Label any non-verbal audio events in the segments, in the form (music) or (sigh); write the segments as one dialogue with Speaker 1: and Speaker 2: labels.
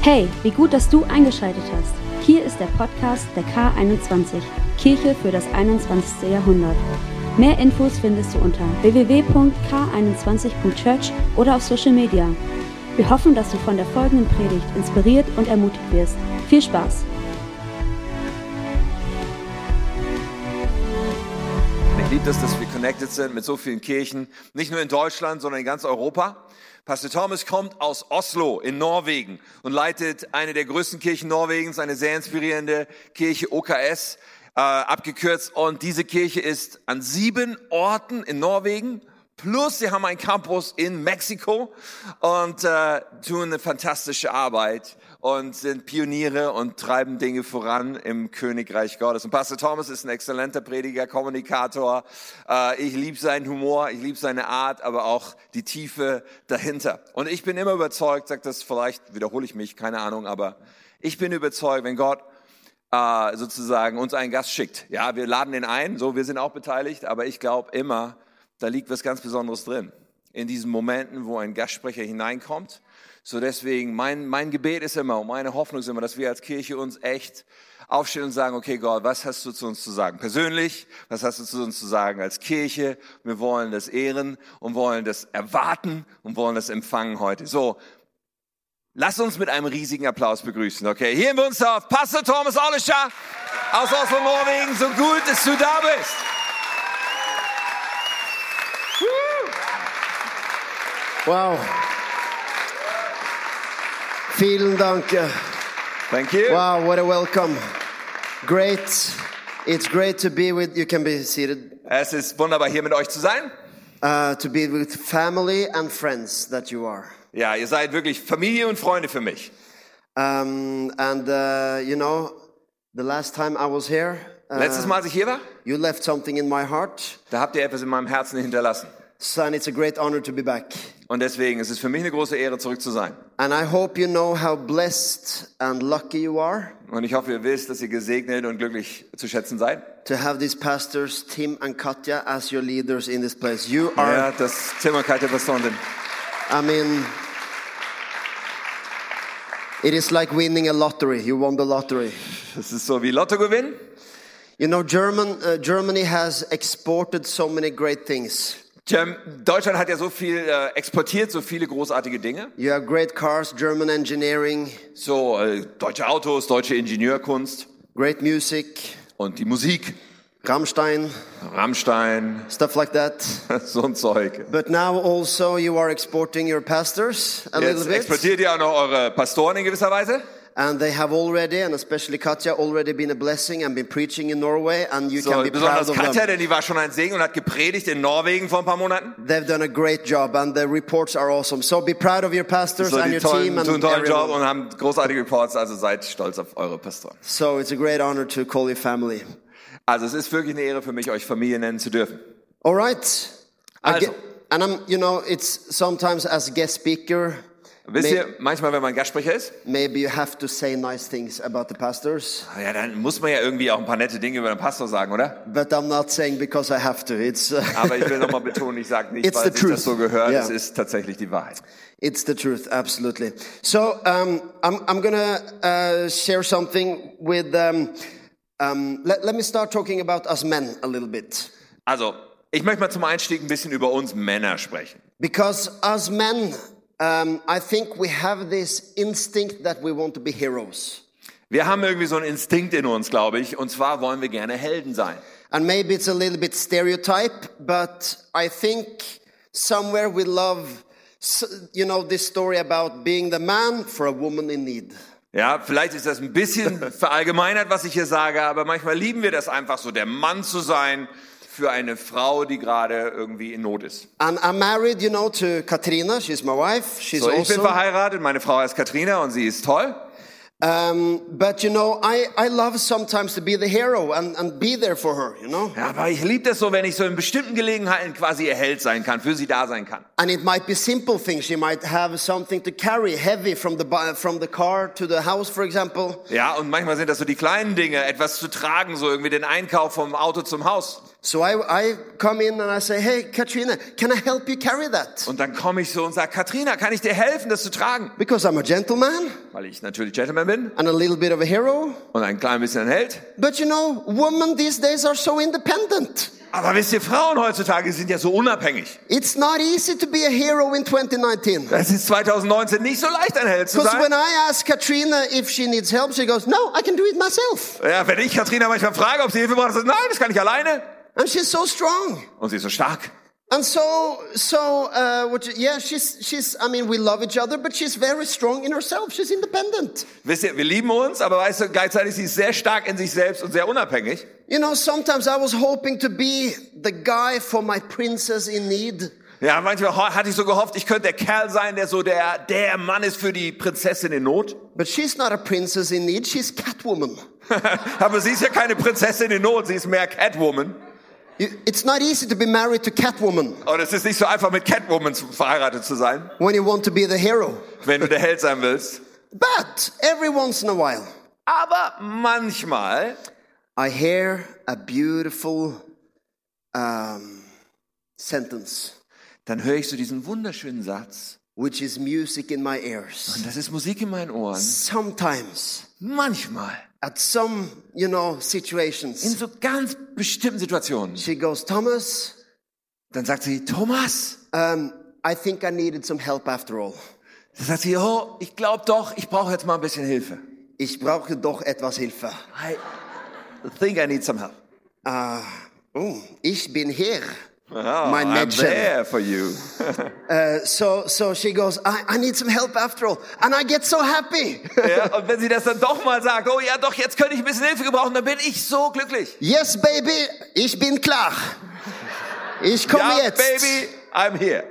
Speaker 1: Hey, wie gut, dass du eingeschaltet hast. Hier ist der Podcast der K21, Kirche für das 21. Jahrhundert. Mehr Infos findest du unter www.k21.church oder auf Social Media. Wir hoffen, dass du von der folgenden Predigt inspiriert und ermutigt wirst. Viel Spaß!
Speaker 2: Ich liebe das, dass wir connected sind mit so vielen Kirchen, nicht nur in Deutschland, sondern in ganz Europa. Pastor Thomas kommt aus Oslo in Norwegen und leitet eine der größten Kirchen Norwegens, eine sehr inspirierende Kirche OKS äh, abgekürzt. Und diese Kirche ist an sieben Orten in Norwegen. Plus, sie haben einen Campus in Mexiko und äh, tun eine fantastische Arbeit und sind Pioniere und treiben Dinge voran im Königreich Gottes. Und Pastor Thomas ist ein exzellenter Prediger, Kommunikator. Äh, ich liebe seinen Humor, ich liebe seine Art, aber auch die Tiefe dahinter. Und ich bin immer überzeugt, sagt das vielleicht, wiederhole ich mich, keine Ahnung, aber ich bin überzeugt, wenn Gott äh, sozusagen uns einen Gast schickt. Ja, wir laden den ein, so wir sind auch beteiligt, aber ich glaube immer, da liegt was ganz Besonderes drin. In diesen Momenten, wo ein Gastsprecher hineinkommt. So deswegen, mein, mein Gebet ist immer und meine Hoffnung ist immer, dass wir als Kirche uns echt aufstehen und sagen, okay Gott, was hast du zu uns zu sagen? Persönlich, was hast du zu uns zu sagen als Kirche? Wir wollen das ehren und wollen das erwarten und wollen das empfangen heute. So, Lass uns mit einem riesigen Applaus begrüßen, okay? Hier in Wunsdorf, Pastor Thomas Ollescher aus Oslo, Norwegen. So gut, dass du da bist.
Speaker 3: Wow. Vielen Dank.
Speaker 2: Thank you.
Speaker 3: Wow, what a welcome. Great. It's great to be with you can be seated.
Speaker 2: Es ist wunderbar, hier mit euch zu sein.
Speaker 3: Uh, to be with family and friends that you are.
Speaker 2: Ja, ihr seid wirklich Familie und Freunde für mich.
Speaker 3: Um, and uh, you know, the last time I was here, uh,
Speaker 2: Letztes Mal, als ich hier war,
Speaker 3: you left something in my heart.
Speaker 2: da habt ihr etwas in meinem Herzen hinterlassen.
Speaker 3: So, and it's a great honor to be back.
Speaker 2: Und deswegen ist es für mich eine große Ehre, zurück zu sein.
Speaker 3: And I hope you know how blessed and lucky you are
Speaker 2: Und ich hoffe, ihr wisst, dass ihr gesegnet und glücklich zu schätzen seid.
Speaker 3: to have these pastors Tim and Katya as your leaders in this place. You are
Speaker 2: Ja, dass Tim und Katja Pastoren sind.
Speaker 3: I mean, it is like winning a lottery. You won the lottery.
Speaker 2: Das ist so wie Lottogewinn.
Speaker 3: You know, German, uh, Germany has exported so many great things.
Speaker 2: Germ- Deutschland hat ja so viel äh, exportiert, so viele großartige Dinge.
Speaker 3: You have great cars, German engineering,
Speaker 2: So äh, deutsche Autos, deutsche Ingenieurkunst
Speaker 3: great music,
Speaker 2: und die Musik.
Speaker 3: Rammstein,
Speaker 2: Rammstein, (laughs)
Speaker 3: stuff like that.
Speaker 2: so ein Zeug.
Speaker 3: But now also you are exporting your pastors a
Speaker 2: Jetzt
Speaker 3: little bit.
Speaker 2: exportiert ihr auch noch eure Pastoren in gewisser Weise.
Speaker 3: And they have already, and especially Katja, already been a blessing and been preaching in Norway, and you
Speaker 2: So,
Speaker 3: can be proud
Speaker 2: besonders
Speaker 3: of
Speaker 2: Katja,
Speaker 3: them.
Speaker 2: denn die war schon ein Segen und hat gepredigt in Norwegen vor ein paar Monaten.
Speaker 3: They've done a great job, and the reports are awesome. So be proud of your pastors
Speaker 2: So,
Speaker 3: and
Speaker 2: die
Speaker 3: your
Speaker 2: tollen,
Speaker 3: team and
Speaker 2: tun einen tollen
Speaker 3: everyone.
Speaker 2: Job und haben großartige Reports, also seid stolz auf eure Pastoren.
Speaker 3: So it's a great honor to call you family.
Speaker 2: Also es ist wirklich eine Ehre für mich, euch Familie nennen zu dürfen.
Speaker 3: All right. I
Speaker 2: Also.
Speaker 3: ge- and I'm, you know, it's sometimes as guest speaker,
Speaker 2: Wisst
Speaker 3: may-
Speaker 2: ihr, manchmal, wenn man Gastsprecher ist,
Speaker 3: maybe you have to say nice things about the pastors,
Speaker 2: ja, dann muss man ja irgendwie auch ein paar nette Dinge über den Pastor sagen, oder?
Speaker 3: but I'm not saying because I have to. It's, uh,
Speaker 2: Aber ich will nochmal betonen, ich sage nicht,
Speaker 3: It's
Speaker 2: weil
Speaker 3: the
Speaker 2: sich das
Speaker 3: truth.
Speaker 2: so gehört,
Speaker 3: Yeah.
Speaker 2: es ist tatsächlich die Wahrheit.
Speaker 3: (laughs) it's the truth, absolutely. So um, I'm, I'm going to uh, share something with. Um, um, let, let me start talking about us men a little bit.
Speaker 2: Also, ich möchte mal zum Einstieg ein bisschen über uns Männer sprechen.
Speaker 3: Because as men, um, I think we have this instinct that we want to be heroes.
Speaker 2: Wir haben irgendwie so einen Instinkt in uns, glaube ich, und zwar wollen wir gerne Helden sein.
Speaker 3: And maybe it's a little bit stereotype, but I think somewhere we love, s- you know, this story about being the man for a woman in need.
Speaker 2: Ja, vielleicht ist das ein (laughs) bisschen verallgemeinert, was ich hier sage, aber manchmal lieben wir das einfach so, der Mann zu sein für eine Frau, die gerade irgendwie in Not ist.
Speaker 3: And I'm married, you know, to Katrina. She's my wife. She's
Speaker 2: So, ich bin
Speaker 3: also.
Speaker 2: verheiratet, meine Frau heißt Katrina und sie ist toll.
Speaker 3: Um, but you know, I, I love sometimes to be the hero and, and be there for her, you know.
Speaker 2: Ja, aber ich liebe das so, wenn ich so in bestimmten Gelegenheiten quasi ihr Held sein kann, für sie da sein kann.
Speaker 3: And it might be simple things. She might have something to carry heavy from the bu- from the car to the house, for example.
Speaker 2: Ja, und manchmal sind das so die kleinen Dinge, etwas zu tragen, so irgendwie den Einkauf vom Auto zum Haus.
Speaker 3: So I, I come in and I say, hey, Katrina, can I help you carry that?
Speaker 2: Und dann komme ich so und sage, Katrina, kann ich dir helfen, das zu tragen?
Speaker 3: Because I'm a gentleman
Speaker 2: Weil ich natürlich Gentleman bin
Speaker 3: and a little bit of a hero.
Speaker 2: und ein klein bisschen ein Held.
Speaker 3: But you know, women these days are so independent.
Speaker 2: Aber wisst ihr, Frauen heutzutage sind ja so unabhängig.
Speaker 3: It's not easy to be a hero in 2019.
Speaker 2: Es ist 2019 nicht so leicht, ein Held zu
Speaker 3: Because when
Speaker 2: sein.
Speaker 3: I ask Katrina if she needs help, she goes, no, I can do it myself.
Speaker 2: Ja, wenn ich Katrina manchmal frage, ob sie Hilfe braucht, sagt, sie, nein, das kann ich alleine.
Speaker 3: And she's so strong.
Speaker 2: Und sie ist so stark.
Speaker 3: And so, so, uh, what you- yeah, she's, she's, I mean, we love each other, but she's very strong in herself. She's independent.
Speaker 2: Wisst ihr, wir lieben uns, aber weißt du, gleichzeitig sie ist sehr stark in sich selbst und sehr unabhängig.
Speaker 3: You know, sometimes I was hoping to be the guy for my princess in need.
Speaker 2: Ja, manchmal ho- hatte ich so gehofft, ich könnte der Kerl sein, der so der, der Mann ist für die Prinzessin in Not. (laughs)
Speaker 3: But she's not a princess in need, she's Catwoman.
Speaker 2: aber sie ist ja keine Prinzessin in Not, sie ist mehr Catwoman.
Speaker 3: You- It's not easy to be married to Catwoman
Speaker 2: Und es ist nicht so einfach, mit Catwoman zu- verheiratet zu sein,
Speaker 3: when you want to be the hero.
Speaker 2: wenn du der Held sein willst.
Speaker 3: But every once in a while,
Speaker 2: Aber manchmal
Speaker 3: I hear a beautiful um, sentence,
Speaker 2: dann höre ich so diesen wunderschönen Satz.
Speaker 3: which is music in my ears.
Speaker 2: Und das ist Musik in meinen Ohren.
Speaker 3: Sometimes,
Speaker 2: Manchmal.
Speaker 3: at some, you know,
Speaker 2: In
Speaker 3: situations,
Speaker 2: so ganz bestimmten Situationen.
Speaker 3: she goes, Thomas,
Speaker 2: Dann sagt sie, Thomas.
Speaker 3: um, I think I needed some help after all.
Speaker 2: Dann sagt sie, oh, ich glaube doch, ich brauche jetzt mal ein bisschen Hilfe.
Speaker 3: Ich brauche doch etwas Hilfe.
Speaker 2: I think I need some help.
Speaker 3: Ah, oh, ich bin hier.
Speaker 2: Oh,
Speaker 3: Mein
Speaker 2: I'm
Speaker 3: Mädchen.
Speaker 2: there for you.
Speaker 3: Uh, So, so she goes, I, I need some help after all. And I get so happy. (laughs)
Speaker 2: ja, und wenn sie das dann doch mal sagt, oh ja, doch, jetzt könnte ich ein bisschen Hilfe gebrauchen, dann bin ich so glücklich.
Speaker 3: yes, baby, ich bin klar. Ich komme
Speaker 2: Ja,
Speaker 3: jetzt.
Speaker 2: Baby, I'm here.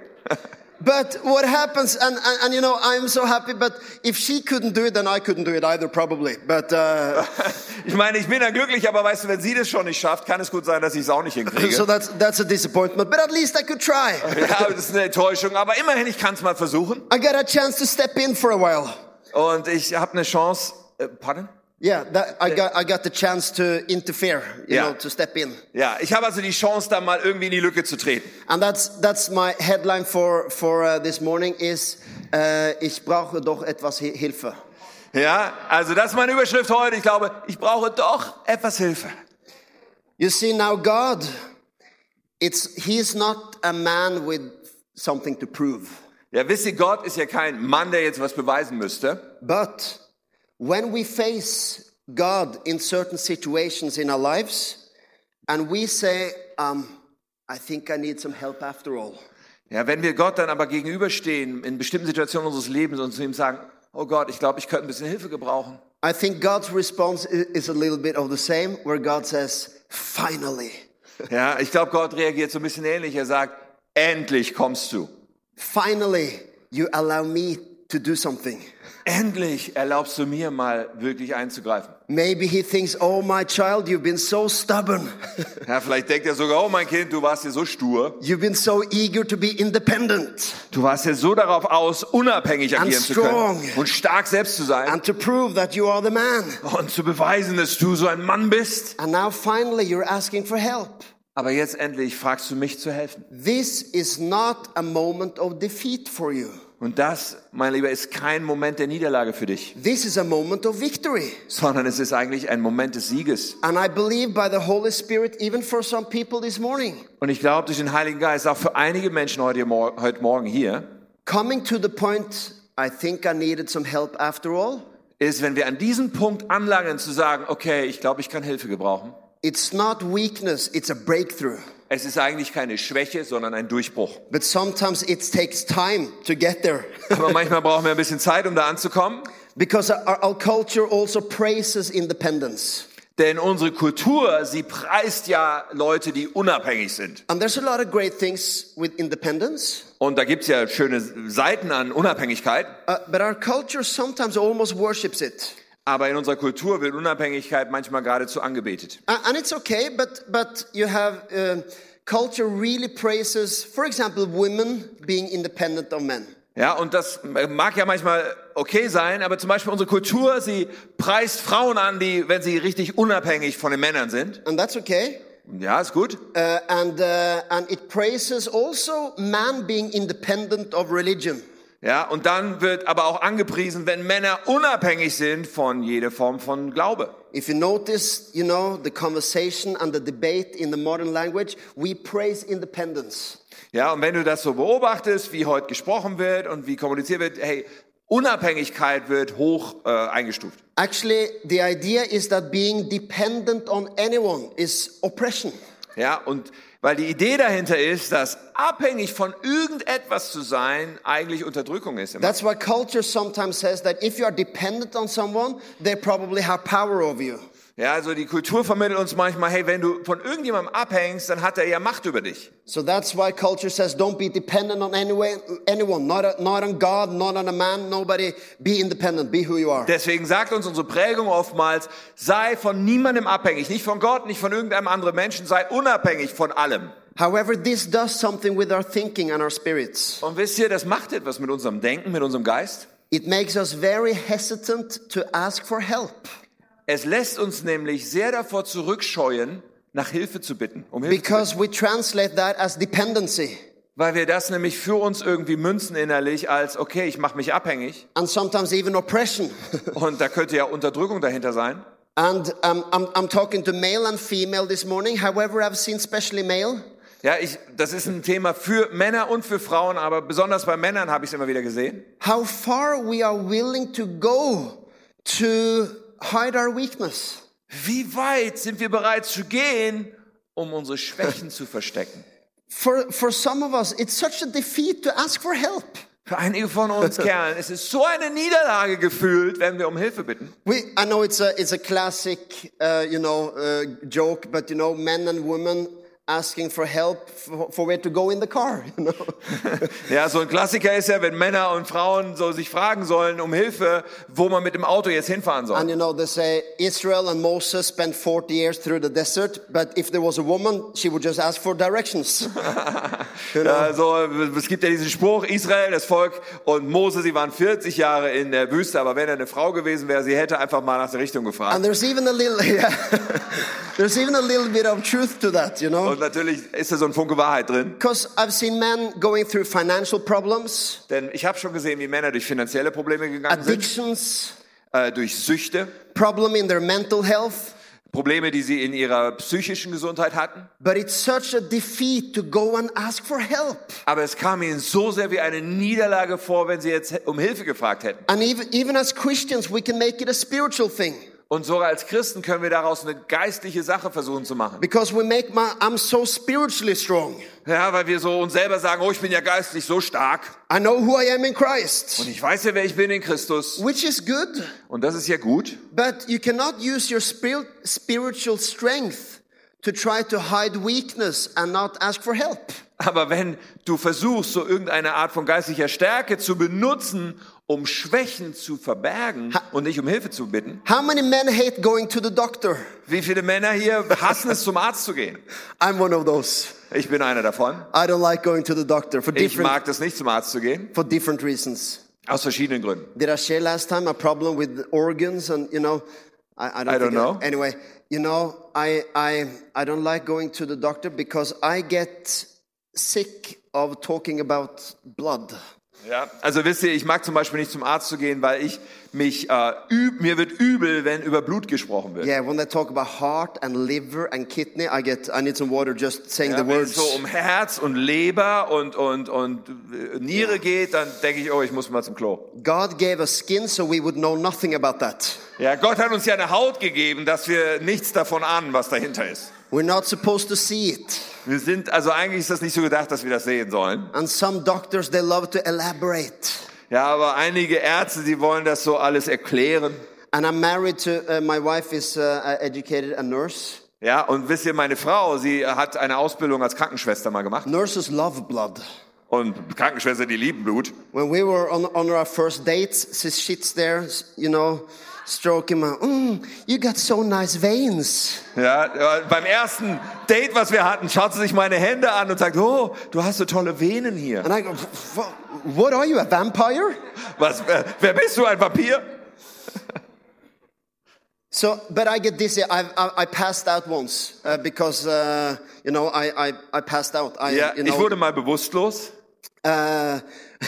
Speaker 3: But what happens, and, and, and you know, I'm so happy, but if she couldn't do it, then I couldn't do it either, probably. But, uh,
Speaker 2: (laughs) Ich meine, ich bin dann glücklich, aber weißt du, wenn sie das schon nicht schafft, kann es gut sein, dass ich es auch nicht hinkriege.
Speaker 3: (laughs) so that's, that's a disappointment. But at least I could try.
Speaker 2: (laughs) Ja, das ist eine Enttäuschung, aber immerhin, ich kann es mal versuchen.
Speaker 3: I got a chance to step in for a while.
Speaker 2: Und ich habe eine Chance. Äh, pardon?
Speaker 3: Yeah, that, I, got, I got the chance to interfere, you
Speaker 2: Yeah.
Speaker 3: know, to step in.
Speaker 2: Ja, ich habe also die Chance, da mal irgendwie in die Lücke zu treten.
Speaker 3: And that's, that's my headline for, for uh, this morning is, uh, ich brauche doch etwas Hi- Hilfe.
Speaker 2: Ja, also das ist meine Überschrift heute. Ich glaube, ich brauche doch etwas Hilfe.
Speaker 3: You see, now God, it's, he's not a man with something to prove.
Speaker 2: Ja, wisst ihr, Gott ist ja kein Mann, der jetzt was beweisen müsste.
Speaker 3: But when we face God in certain situations in our lives, and we say, um, I think I need some help after all,
Speaker 2: Ja, wenn wir Gott dann aber gegenüberstehen, in bestimmten Situationen unseres Lebens und zu ihm sagen, oh Gott, ich glaube, ich könnte ein bisschen Hilfe gebrauchen.
Speaker 3: I think God's response i- is a little bit of the same, where God says, Finally,
Speaker 2: Ja, ich glaube, Gott reagiert so ein bisschen ähnlich. Er sagt, endlich kommst du.
Speaker 3: finally, you allow me to do something.
Speaker 2: Endlich erlaubst du mir mal wirklich einzugreifen.
Speaker 3: Maybe he thinks, Oh, my child, you've been so stubborn. (laughs)
Speaker 2: Ja, vielleicht denkt er sogar, oh mein Kind, du warst ja so stur.
Speaker 3: you've been so eager to be independent
Speaker 2: Du warst ja so darauf aus, unabhängig
Speaker 3: And
Speaker 2: agieren zu können.
Speaker 3: strong.
Speaker 2: Und stark selbst zu sein.
Speaker 3: and to prove that you are the man.
Speaker 2: Und zu beweisen, dass du so ein Mann bist.
Speaker 3: And now finally, you're asking for help.
Speaker 2: Aber jetzt endlich fragst du mich zu helfen.
Speaker 3: This is not a moment of defeat for you.
Speaker 2: Und das, mein Lieber, ist kein Moment der Niederlage für dich,
Speaker 3: This is a moment of victory.
Speaker 2: sondern es ist eigentlich ein Moment des Sieges.
Speaker 3: And I believe by the Holy Spirit, even for some people this morning,
Speaker 2: Und ich glaube, durch den Heiligen Geist, auch für einige Menschen heute, Mor- heute Morgen hier,
Speaker 3: coming to the point, I think I needed some help after all.
Speaker 2: ist, wenn wir an diesem Punkt anlangen, zu sagen, okay, ich glaube, ich kann Hilfe gebrauchen.
Speaker 3: It's not weakness, it's a breakthrough.
Speaker 2: Es ist eigentlich keine Schwäche, sondern ein Durchbruch.
Speaker 3: But sometimes it takes time to get there. (laughs)
Speaker 2: Aber manchmal brauchen wir ein bisschen Zeit, um da anzukommen.
Speaker 3: because our, our culture also praises independence.
Speaker 2: Denn unsere Kultur, sie preist ja Leute, die unabhängig sind.
Speaker 3: And there's a lot of great things with independence.
Speaker 2: Und da gibt's ja schöne Seiten an Unabhängigkeit.
Speaker 3: Uh, but our culture sometimes almost worships it.
Speaker 2: Aber in unserer Kultur wird Unabhängigkeit manchmal geradezu angebetet.
Speaker 3: Uh, and it's okay, but, but you have uh, culture really praises, for example, women being independent of men.
Speaker 2: Ja, und das mag ja manchmal okay sein, aber zum Beispiel unsere Kultur, sie preist Frauen an, die, wenn sie richtig unabhängig von den Männern sind.
Speaker 3: And that's okay.
Speaker 2: Ja, ist gut.
Speaker 3: Uh, and, uh, and it praises also man being independent of religion.
Speaker 2: Ja, und dann wird aber auch angepriesen, wenn Männer unabhängig sind von jeder Form von Glaube.
Speaker 3: If you notice, you know, the conversation and the debate in the modern language, we praise independence.
Speaker 2: Ja, und wenn du das so beobachtest, wie heute gesprochen wird und wie kommuniziert wird, hey, Unabhängigkeit wird hoch äh, eingestuft.
Speaker 3: Actually, the idea is that being dependent on anyone is oppression.
Speaker 2: Ja, und weil die Idee dahinter ist, dass abhängig von irgendetwas zu sein eigentlich Unterdrückung ist. Immer.
Speaker 3: That's why culture sometimes says that if you are dependent on someone, they probably have power over you.
Speaker 2: Ja, also die Kultur vermittelt uns manchmal, hey, wenn du von irgendjemandem abhängst, dann hat er ja Macht über dich.
Speaker 3: So that's why culture says don't be dependent on anyone, anyone not, not on God, not on a man, nobody. Be independent, be who you are.
Speaker 2: Deswegen sagt uns unsere Prägung oftmals, sei von niemandem abhängig, nicht von Gott, nicht von irgendeinem anderen Menschen, sei unabhängig von allem.
Speaker 3: However, this does something with our thinking and our spirits.
Speaker 2: Und wisst ihr, das macht etwas mit unserem Denken, mit unserem Geist.
Speaker 3: It makes us very hesitant to ask for help
Speaker 2: Es lässt uns nämlich sehr davor zurückscheuen, nach Hilfe zu bitten, um Hilfe zu bitten.
Speaker 3: because we translate that as dependency.
Speaker 2: Weil wir das nämlich für uns irgendwie münzen innerlich als, okay, ich mache mich abhängig.
Speaker 3: and sometimes even oppression. (laughs)
Speaker 2: Und da könnte ja Unterdrückung dahinter sein.
Speaker 3: and um, I'm, I'm talking to male and female this morning. However, I've seen especially male.
Speaker 2: Ja, ich, das ist ein Thema für Männer und für Frauen, aber besonders bei Männern habe ich es immer wieder gesehen.
Speaker 3: How far we are willing to go to hide our weakness.
Speaker 2: Wie weit sind wir bereit zu gehen, um unsere Schwächen zu verstecken?
Speaker 3: For, for some of us, it's such a defeat to ask for help.
Speaker 2: Für einige von uns Kerlen es ist so eine Niederlage gefühlt, wenn wir um Hilfe bitten.
Speaker 3: We, I know it's a, it's a classic, uh, you know, uh, joke, but you know, men and women asking for help for, for where to go in the car, you know.
Speaker 2: Ja, so ein Klassiker ist ja, wenn Männer und Frauen so sich fragen sollen um Hilfe, wo man mit dem Auto jetzt hinfahren soll.
Speaker 3: And you know, they say Israel and Moses spent 40 years through the desert, but if there was a woman, she would just ask for (laughs) directions.
Speaker 2: Ja, so, es gibt ja diesen Spruch, Israel, das Volk und Mose, sie waren 40 Jahre in der Wüste, aber wenn er eine Frau gewesen wäre, sie hätte einfach mal nach der Richtung gefragt.
Speaker 3: And there's even a little, (laughs) yeah, there's even a little bit of truth to that, you know.
Speaker 2: Und natürlich ist da so ein Funke Wahrheit drin.
Speaker 3: Because I've seen men going through financial problems,
Speaker 2: Denn ich habe schon gesehen, wie Männer durch finanzielle Probleme gegangen sind,
Speaker 3: addictions,
Speaker 2: äh, durch Süchte,
Speaker 3: problem in their mental health,
Speaker 2: Probleme, die sie in ihrer psychischen Gesundheit hatten.
Speaker 3: but it's such a defeat to go and ask for help.
Speaker 2: Aber es kam ihnen so sehr wie eine Niederlage vor, wenn sie jetzt um Hilfe gefragt hätten.
Speaker 3: And even, even as Christians, we can make it a spiritual thing.
Speaker 2: Und sogar als Christen können wir daraus eine geistliche Sache versuchen zu machen.
Speaker 3: Because we make my, I'm so spiritually strong.
Speaker 2: Ja, weil wir so uns selber sagen, oh, ich bin ja geistlich so stark
Speaker 3: I know who I am in Christ.
Speaker 2: und ich weiß ja, wer ich bin in Christus.
Speaker 3: which is good,
Speaker 2: Und das ist ja gut.
Speaker 3: but you cannot use your spirit, spiritual strength to try to hide weakness and not ask for help.
Speaker 2: Aber wenn du versuchst, so irgendeine Art von geistlicher Stärke zu benutzen, um Schwächen zu verbergen und nicht um Hilfe zu bitten,
Speaker 3: How many men hate going to the doctor?
Speaker 2: wie viele Männer hier hassen es, zum Arzt zu gehen?
Speaker 3: I'm one of those.
Speaker 2: Ich bin einer davon.
Speaker 3: I don't like going to the doctor for
Speaker 2: Ich
Speaker 3: different,
Speaker 2: mag das nicht, zum Arzt zu gehen.
Speaker 3: for different reasons.
Speaker 2: Aus verschiedenen Gründen.
Speaker 3: Did I share last time a problem with organs and you know, I, I
Speaker 2: I
Speaker 3: don't,
Speaker 2: don't
Speaker 3: think I-
Speaker 2: know.
Speaker 3: anyway, you know, I, I, I don't like going to the doctor because I get sick of talking about blood.
Speaker 2: Ja, also wisst ihr, ich mag zum Beispiel nicht zum Arzt zu gehen, weil ich mich äh, üb, mir wird übel, wenn über Blut gesprochen wird.
Speaker 3: Yeah, when they talk about heart and liver and kidney, I get I need some water just saying the
Speaker 2: Ja, wenn es
Speaker 3: words.
Speaker 2: so um Herz und Leber und und und äh, Niere geht, dann denke ich, oh, ich muss mal zum Klo.
Speaker 3: God gave us skin so we would know nothing about that.
Speaker 2: Ja, Gott hat uns ja eine Haut gegeben, dass wir nichts davon ahnen, was dahinter ist.
Speaker 3: We're not supposed to see it.
Speaker 2: Wir sind also eigentlich ist das nicht so gedacht, dass wir das sehen sollen.
Speaker 3: And some doctors they love to elaborate.
Speaker 2: Ja, aber einige Ärzte, die wollen das so alles erklären.
Speaker 3: And I'm married to uh, my wife is uh, educated a nurse.
Speaker 2: Ja, und wisst ihr, meine Frau, sie hat eine Ausbildung als Krankenschwester mal gemacht
Speaker 3: Nurses love blood.
Speaker 2: und Krankenschwester, die lieben Blut.
Speaker 3: When we were on, on our first dates, she sits there, you know, stroking my, mm, you got so nice veins.
Speaker 2: Ja, äh, beim ersten Date, was wir hatten, schaut sie sich meine Hände an und sagt, oh, du hast so tolle Venen hier.
Speaker 3: And I go, "Wh- wh- what are you, a vampire?
Speaker 2: äh, Was, wer, wer bist du, ein Vampir?
Speaker 3: So, but I get dizzy. I, I, I passed out once uh, because, uh, you know, I, I, I passed out. I,
Speaker 2: Ja,
Speaker 3: you
Speaker 2: ich
Speaker 3: know,
Speaker 2: wurde mal bewusstlos. (laughs)
Speaker 3: uh, (laughs)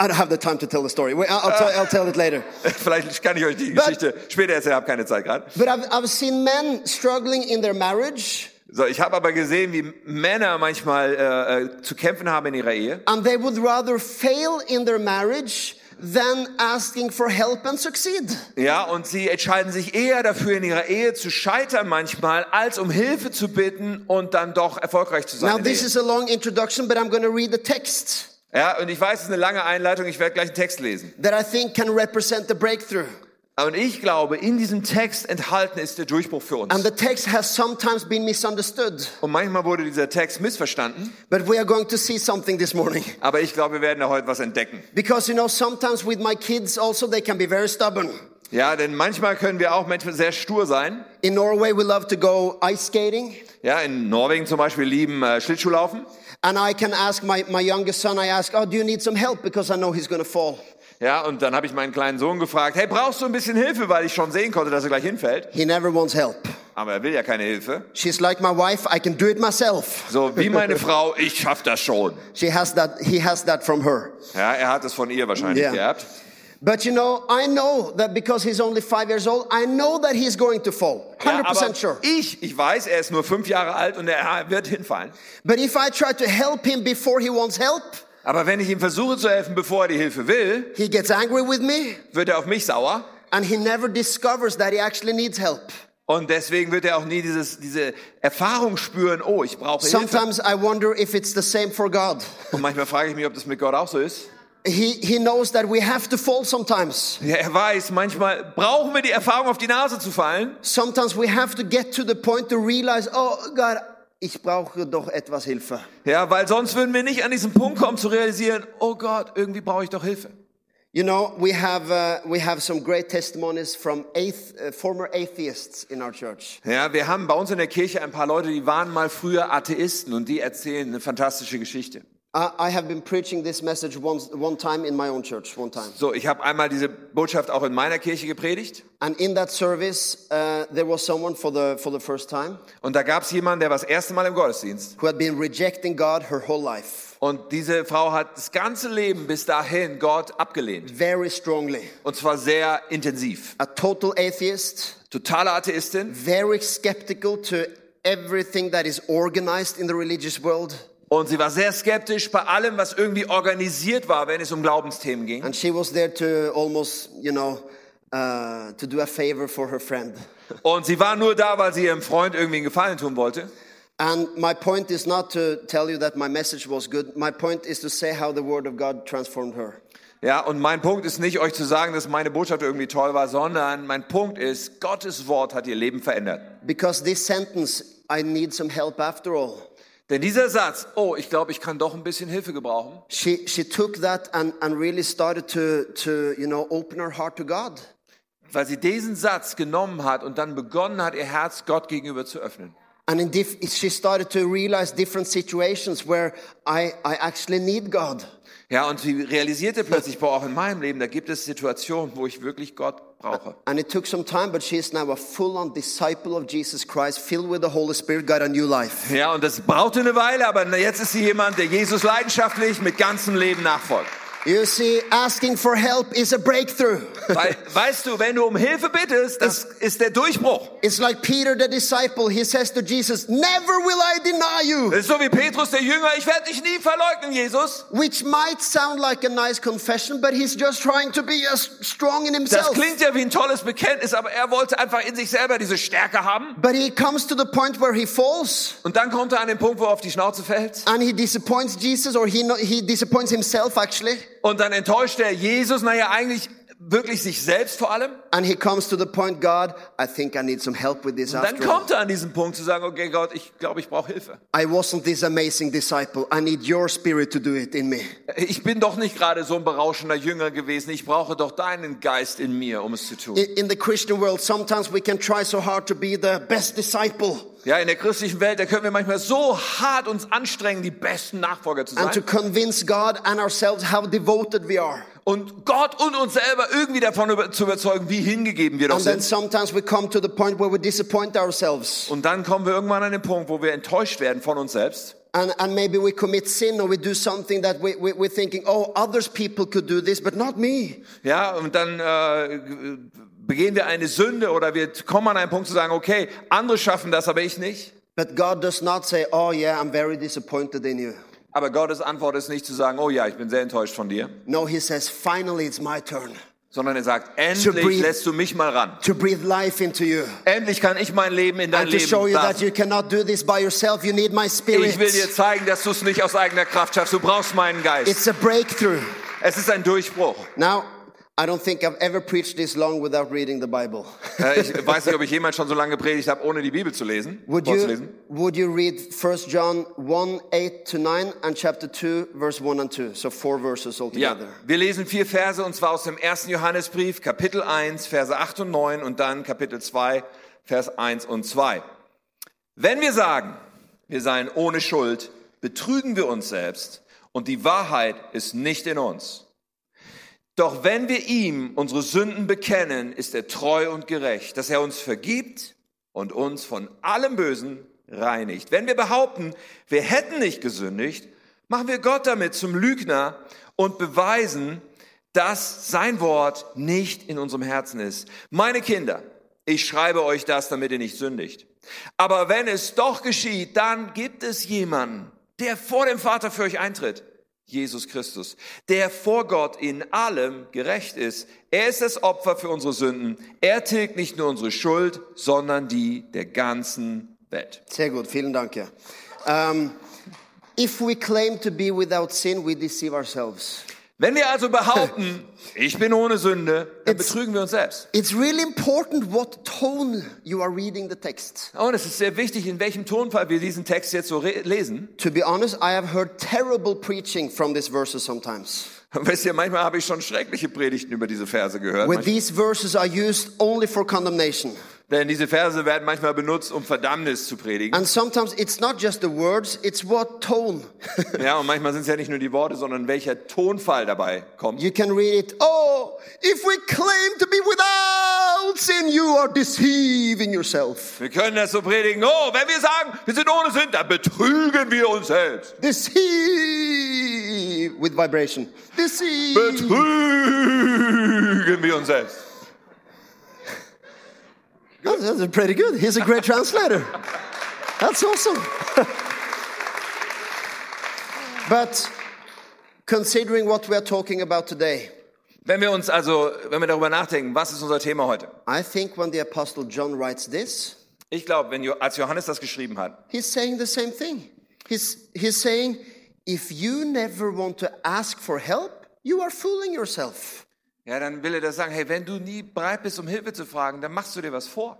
Speaker 3: I don't have the time to tell the story. Wait, I'll, I'll, tell, I'll tell it later.
Speaker 2: Vielleicht kann ich euch die Geschichte später erzählen, habe keine Zeit gerade.
Speaker 3: But I've, I've seen men struggling in their marriage
Speaker 2: So, ich habe aber gesehen, wie Männer manchmal äh, äh, zu kämpfen haben in ihrer Ehe.
Speaker 3: and they would rather fail in their marriage than asking for help and succeed.
Speaker 2: Ja, und sie entscheiden sich eher dafür, in ihrer Ehe zu scheitern manchmal, als um Hilfe zu bitten und dann doch erfolgreich zu sein.
Speaker 3: Now,
Speaker 2: in der
Speaker 3: this
Speaker 2: Ehe.
Speaker 3: is a long introduction, but I'm going to read the text
Speaker 2: Ja, und ich weiß, es ist eine lange Einleitung, ich werde gleich einen Text lesen.
Speaker 3: that I think can represent the breakthrough.
Speaker 2: Und ich glaube, in diesem Text enthalten ist der Durchbruch für
Speaker 3: And
Speaker 2: uns.
Speaker 3: the text has sometimes been misunderstood,
Speaker 2: Und manchmal wurde dieser Text missverstanden,
Speaker 3: but we are going to see something this morning.
Speaker 2: aber ich glaube, wir werden da heute was entdecken.
Speaker 3: Because, you know, sometimes with my kids also, they can be very stubborn.
Speaker 2: Ja, denn manchmal können wir auch manchmal sehr stur sein.
Speaker 3: In Norway, we love to go ice skating.
Speaker 2: Ja, in Norwegen zum Beispiel lieben äh, Schlittschuhlaufen.
Speaker 3: And I can ask my, my youngest son, I ask, oh, do you need some help? Because I know he's going to fall.
Speaker 2: Ja, und dann habe ich meinen kleinen Sohn gefragt, hey, brauchst du ein bisschen Hilfe, weil ich schon sehen konnte, dass er gleich hinfällt.
Speaker 3: He never wants help.
Speaker 2: Aber er will ja keine Hilfe.
Speaker 3: She's like my wife, I can do it myself.
Speaker 2: So wie meine
Speaker 3: (laughs)
Speaker 2: Frau, ich schaff das schon.
Speaker 3: She has that, he has that from her.
Speaker 2: Ja, er hat es von ihr wahrscheinlich
Speaker 3: Ja.
Speaker 2: geerbt.
Speaker 3: But you know, I know that because he's only five years old, I know that he's going to fall.
Speaker 2: Ja,
Speaker 3: 100%
Speaker 2: aber
Speaker 3: sure.
Speaker 2: ich, ich weiß, er ist nur fünf Jahre alt und er wird hinfallen.
Speaker 3: But if I try to help him before he wants help,
Speaker 2: Aber wenn ich ihm versuche zu helfen, bevor er die Hilfe will,
Speaker 3: he gets angry with me
Speaker 2: wird er auf mich sauer.
Speaker 3: and he never discovers that he actually needs help.
Speaker 2: Und deswegen wird er auch nie dieses, diese Erfahrung spüren, oh, ich brauche Hilfe.
Speaker 3: Sometimes I wonder if it's the same for God.
Speaker 2: Und manchmal frage ich mich, ob das mit Gott auch so ist.
Speaker 3: He, he knows that we have to fall sometimes.
Speaker 2: Ja, er weiß, manchmal brauchen wir die Erfahrung, auf die Nase zu fallen.
Speaker 3: Sometimes we have to get to the point to realize, oh God, ich brauche doch etwas Hilfe.
Speaker 2: Ja, weil sonst würden wir nicht an diesen Punkt kommen zu realisieren, oh Gott, irgendwie brauche ich doch Hilfe.
Speaker 3: You know, we have, uh, we have some great testimonies from ath- uh, former atheists in our church.
Speaker 2: Ja, wir haben bei uns in der Kirche ein paar Leute, die waren mal früher Atheisten und die erzählen eine fantastische Geschichte.
Speaker 3: I Uh, I have been preaching this message once, one time in my own church, one time.
Speaker 2: So, ich habe einmal diese Botschaft auch in meiner Kirche gepredigt
Speaker 3: And in that service, uh, there was someone for the, for the first time
Speaker 2: und da gab es jemanden, der war das erste Mal im Gottesdienst
Speaker 3: who had been rejecting God her whole life
Speaker 2: und diese Frau hat das ganze Leben bis dahin Gott abgelehnt
Speaker 3: very strongly.
Speaker 2: und zwar sehr intensiv.
Speaker 3: A total atheist,
Speaker 2: Totale Atheistin
Speaker 3: very skeptical to everything that is organized in the religious world.
Speaker 2: und sie war sehr skeptisch bei allem, was irgendwie organisiert war, wenn es um Glaubensthemen ging.
Speaker 3: And she was there to almost, you know, uh, to do a favor for her friend.
Speaker 2: Und sie war nur da, weil sie ihrem Freund irgendwie einen Gefallen tun wollte.
Speaker 3: And my point is not to tell you that my message was good. My point is to say how the Word of God transformed her.
Speaker 2: Ja, und mein Punkt ist nicht, euch zu sagen, dass meine Botschaft irgendwie toll war, sondern mein Punkt ist, Gottes Wort hat ihr Leben verändert.
Speaker 3: Because this sentence, I need some help after all.
Speaker 2: Denn dieser Satz, oh, ich glaube, ich kann doch ein bisschen Hilfe gebrauchen,
Speaker 3: She, she took that and, and really started to, to, you know, open her heart to God.
Speaker 2: weil sie diesen Satz genommen hat und dann begonnen hat, ihr Herz Gott gegenüber zu öffnen.
Speaker 3: And in diff- she started to realize different situations where I, I actually need God.
Speaker 2: Ja, und sie realisierte plötzlich, boah, auch in meinem Leben, da gibt es Situationen, wo ich wirklich Gott brauche.
Speaker 3: And it took some time, but she is now a full on disciple of Jesus Christ, filled with the Holy Spirit, got a new life.
Speaker 2: Ja, und das brauchte eine Weile, aber jetzt ist sie jemand, der Jesus leidenschaftlich mit ganzem Leben nachfolgt.
Speaker 3: You see, asking for help is a breakthrough. (laughs)
Speaker 2: Weil, weißt du, wenn du um Hilfe bittest, das ist der Durchbruch.
Speaker 3: It's like Peter the disciple, he says to Jesus, Never will I deny you.
Speaker 2: Das ist so wie Petrus der Jünger, ich werde dich nie verleugnen, Jesus.
Speaker 3: Which might sound like a nice confession, but he's just trying to be as strong in
Speaker 2: Das
Speaker 3: himself.
Speaker 2: klingt ja wie ein tolles Bekenntnis, aber er wollte einfach in sich selber diese Stärke haben.
Speaker 3: But he comes to the point where he falls
Speaker 2: Und dann kommt er an den Punkt, wo er auf die Schnauze fällt.
Speaker 3: and he disappoints Jesus, or he, no, he disappoints himself actually.
Speaker 2: Und dann enttäuscht er Jesus, naja, eigentlich wirklich sich selbst vor allem.
Speaker 3: And he comes to the point, God, I think I need some help with this
Speaker 2: Dann
Speaker 3: after all.
Speaker 2: kommt er an diesen Punkt zu sagen, okay Gott, ich glaube, ich brauche Hilfe.
Speaker 3: I wasn't this amazing disciple. I need your spirit to do it in me.
Speaker 2: Ich bin doch nicht gerade so ein berauschender Jünger gewesen. Ich brauche doch deinen Geist in mir, um es zu tun.
Speaker 3: In, in the Christian world, sometimes we can try so hard to be the best disciple
Speaker 2: Ja, in der christlichen Welt, da können wir manchmal so hart uns anstrengen, die besten Nachfolger zu
Speaker 3: and to
Speaker 2: sein.
Speaker 3: convince God and ourselves how devoted we are.
Speaker 2: und Gott und uns selber irgendwie davon über, zu überzeugen, wie hingegeben wir doch
Speaker 3: And then
Speaker 2: sind.
Speaker 3: sometimes we come to the point where we disappoint ourselves.
Speaker 2: Und dann kommen wir irgendwann an den Punkt, wo wir enttäuscht werden von uns selbst.
Speaker 3: And, and maybe we commit sin or we do something that we, we, we're thinking, oh, others people could do this, but not me.
Speaker 2: Ja, und dann äh, begehen wir eine Sünde oder wir kommen an einen Punkt zu sagen, okay, andere schaffen das, aber ich nicht.
Speaker 3: But God does not say, oh, yeah, I'm very disappointed in you.
Speaker 2: Aber Gottes Antwort ist nicht zu sagen, oh ja, ich bin sehr enttäuscht von dir,
Speaker 3: No, He says, finally, it's my turn
Speaker 2: sondern er sagt,
Speaker 3: breathe.
Speaker 2: endlich lässt du mich mal ran.
Speaker 3: to breathe life into you.
Speaker 2: Endlich kann ich mein Leben in dein
Speaker 3: And to show
Speaker 2: Leben
Speaker 3: you that
Speaker 2: lassen.
Speaker 3: you cannot do this by yourself, you need my spirit.
Speaker 2: Ich will dir zeigen, dass du es nicht aus eigener Kraft schaffst. Du brauchst meinen Geist.
Speaker 3: It's a breakthrough.
Speaker 2: Es ist ein Durchbruch.
Speaker 3: Now, I don't think I've ever preached this long without reading the Bible.
Speaker 2: Äh, Ich weiß nicht, ob ich jemals schon so lange gepredigt habe, ohne die Bibel zu lesen.
Speaker 3: Would
Speaker 2: vorzulesen.
Speaker 3: you, would you read 1 John 1, 8 to 9 and chapter 2, verse 1 and 2? So four verses
Speaker 2: Ja,
Speaker 3: altogether.
Speaker 2: wir lesen vier Verse und zwar aus dem ersten Johannesbrief, Kapitel 1, Verse 8 und 9 und dann Kapitel 2, Vers 1 und 2. Wenn wir sagen, wir seien ohne Schuld, betrügen wir uns selbst und die Wahrheit ist nicht in uns. Doch wenn wir ihm unsere Sünden bekennen, ist er treu und gerecht, dass er uns vergibt und uns von allem Bösen reinigt. Wenn wir behaupten, wir hätten nicht gesündigt, machen wir Gott damit zum Lügner und beweisen, dass sein Wort nicht in unserem Herzen ist. Meine Kinder, ich schreibe euch das, damit ihr nicht sündigt. Aber wenn es doch geschieht, dann gibt es jemanden, der vor dem Vater für euch eintritt. Jesus Christus, der vor Gott in allem gerecht ist. Er ist das Opfer für unsere Sünden. Er tilgt nicht nur unsere Schuld, sondern die der ganzen Welt.
Speaker 3: Sehr gut, vielen Dank. ja. Um, if we claim to be without sin, we deceive ourselves.
Speaker 2: Wenn wir also behaupten, ich bin ohne Sünde, dann
Speaker 3: It's-
Speaker 2: betrügen wir uns selbst.
Speaker 3: It's really important what tone you are reading the text.
Speaker 2: Oh, Und es ist sehr wichtig, in welchem Tonfall wir diesen Text jetzt so re- lesen.
Speaker 3: To be honest, I have heard terrible preaching from these verses sometimes.
Speaker 2: Und wisst ihr, manchmal habe ich schon schreckliche Predigten über diese Verse gehört.
Speaker 3: Where these verses are used only for condemnation.
Speaker 2: Denn diese Verse werden manchmal benutzt, um Verdammnis zu predigen.
Speaker 3: And sometimes it's not just the words, it's what tone.
Speaker 2: Ja, und manchmal sind es ja nicht nur die Worte, sondern welcher Tonfall dabei kommt.
Speaker 3: you can read it, oh, if we claim to be without sin, you are deceiving yourself.
Speaker 2: Wir können das so predigen. Oh, wenn wir sagen, wir sind ohne Sünd, dann betrügen wir uns selbst.
Speaker 3: Deceive with vibration. Deceive.
Speaker 2: Betrügen wir uns selbst.
Speaker 3: That's, that's pretty good. He's a great translator. That's awesome. (laughs) but considering what we are talking about today,
Speaker 2: Wenn wir uns also, wenn wir darüber nachdenken, was ist unser Thema heute?
Speaker 3: I think when the Apostle John writes this,
Speaker 2: Ich glaube, wenn Jo- als Johannes das geschrieben hat,
Speaker 3: he's saying the same thing. He's, he's saying, if you never want to ask for help, you are fooling yourself.
Speaker 2: ja, dann will er das sagen. Hey, wenn du nie bereit bist, um Hilfe zu fragen, dann machst du dir was vor.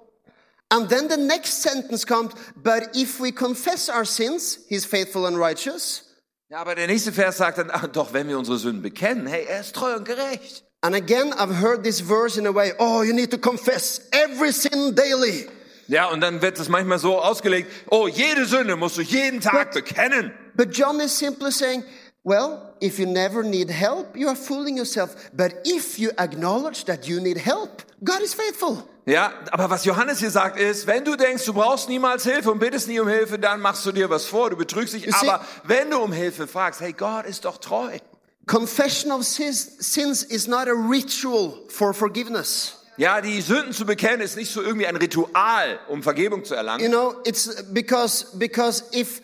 Speaker 3: And then the next sentence comes, but if we confess our sins, he's faithful and righteous.
Speaker 2: Ja, aber der nächste Vers sagt dann, ah, doch, wenn wir unsere Sünden bekennen, hey, er ist treu und gerecht.
Speaker 3: And again, I've heard this verse in a way, oh, you need to confess every sin daily.
Speaker 2: Ja, und dann wird es manchmal so ausgelegt, oh, jede Sünde musst du jeden Tag bekennen.
Speaker 3: But John is simply saying, well, if you never need help, you are fooling yourself. But if you acknowledge that you need help, God is faithful.
Speaker 2: Ja, aber was Johannes hier sagt ist, wenn du denkst, du brauchst niemals Hilfe und bittest nie um Hilfe, dann machst du dir was vor, du betrügst dich.
Speaker 3: You see-
Speaker 2: aber wenn du um Hilfe fragst, hey, Gott ist doch treu.
Speaker 3: Confession of sins, sins is not a ritual for forgiveness.
Speaker 2: Ja, die Sünden zu bekennen ist nicht so irgendwie ein Ritual, um Vergebung zu
Speaker 3: You
Speaker 2: erlangen.
Speaker 3: know, it's because because if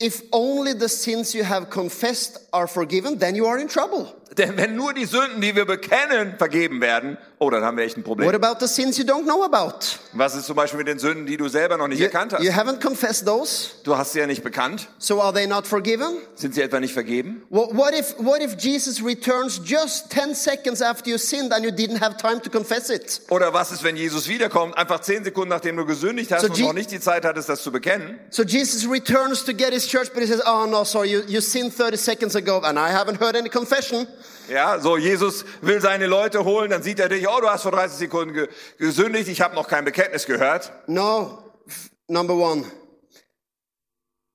Speaker 3: if only the sins you have confessed are forgiven, then you are in trouble.
Speaker 2: Denn wenn nur die Sünden, die wir bekennen, vergeben werden, oh, dann haben wir echt ein
Speaker 3: What
Speaker 2: Problem.
Speaker 3: about the sins you don't know about?
Speaker 2: Was ist zum Beispiel mit den Sünden, die du selber noch nicht
Speaker 3: You,
Speaker 2: erkannt
Speaker 3: you
Speaker 2: hast?
Speaker 3: haven't confessed those,
Speaker 2: Du hast sie ja nicht bekannt.
Speaker 3: so are they not forgiven?
Speaker 2: Sind sie etwa nicht vergeben?
Speaker 3: What, what if what if Jesus returns just 10 seconds after you sinned and you didn't have time to confess it?
Speaker 2: Oder was ist, wenn Jesus wiederkommt, einfach zehn Sekunden, nachdem du gesündigt hast
Speaker 3: So
Speaker 2: und
Speaker 3: Je-
Speaker 2: noch nicht die Zeit hattest, das zu bekennen?
Speaker 3: So Jesus returns to get his church, but he says, "Oh no, sorry, you, you sinned 30 seconds ago, and I haven't heard any confession."
Speaker 2: Ja, so Jesus will seine Leute holen, dann sieht er dich, oh, du hast vor 30 Sekunden ge gesündigt, ich habe noch kein Bekenntnis gehört.
Speaker 3: No. F- Number one,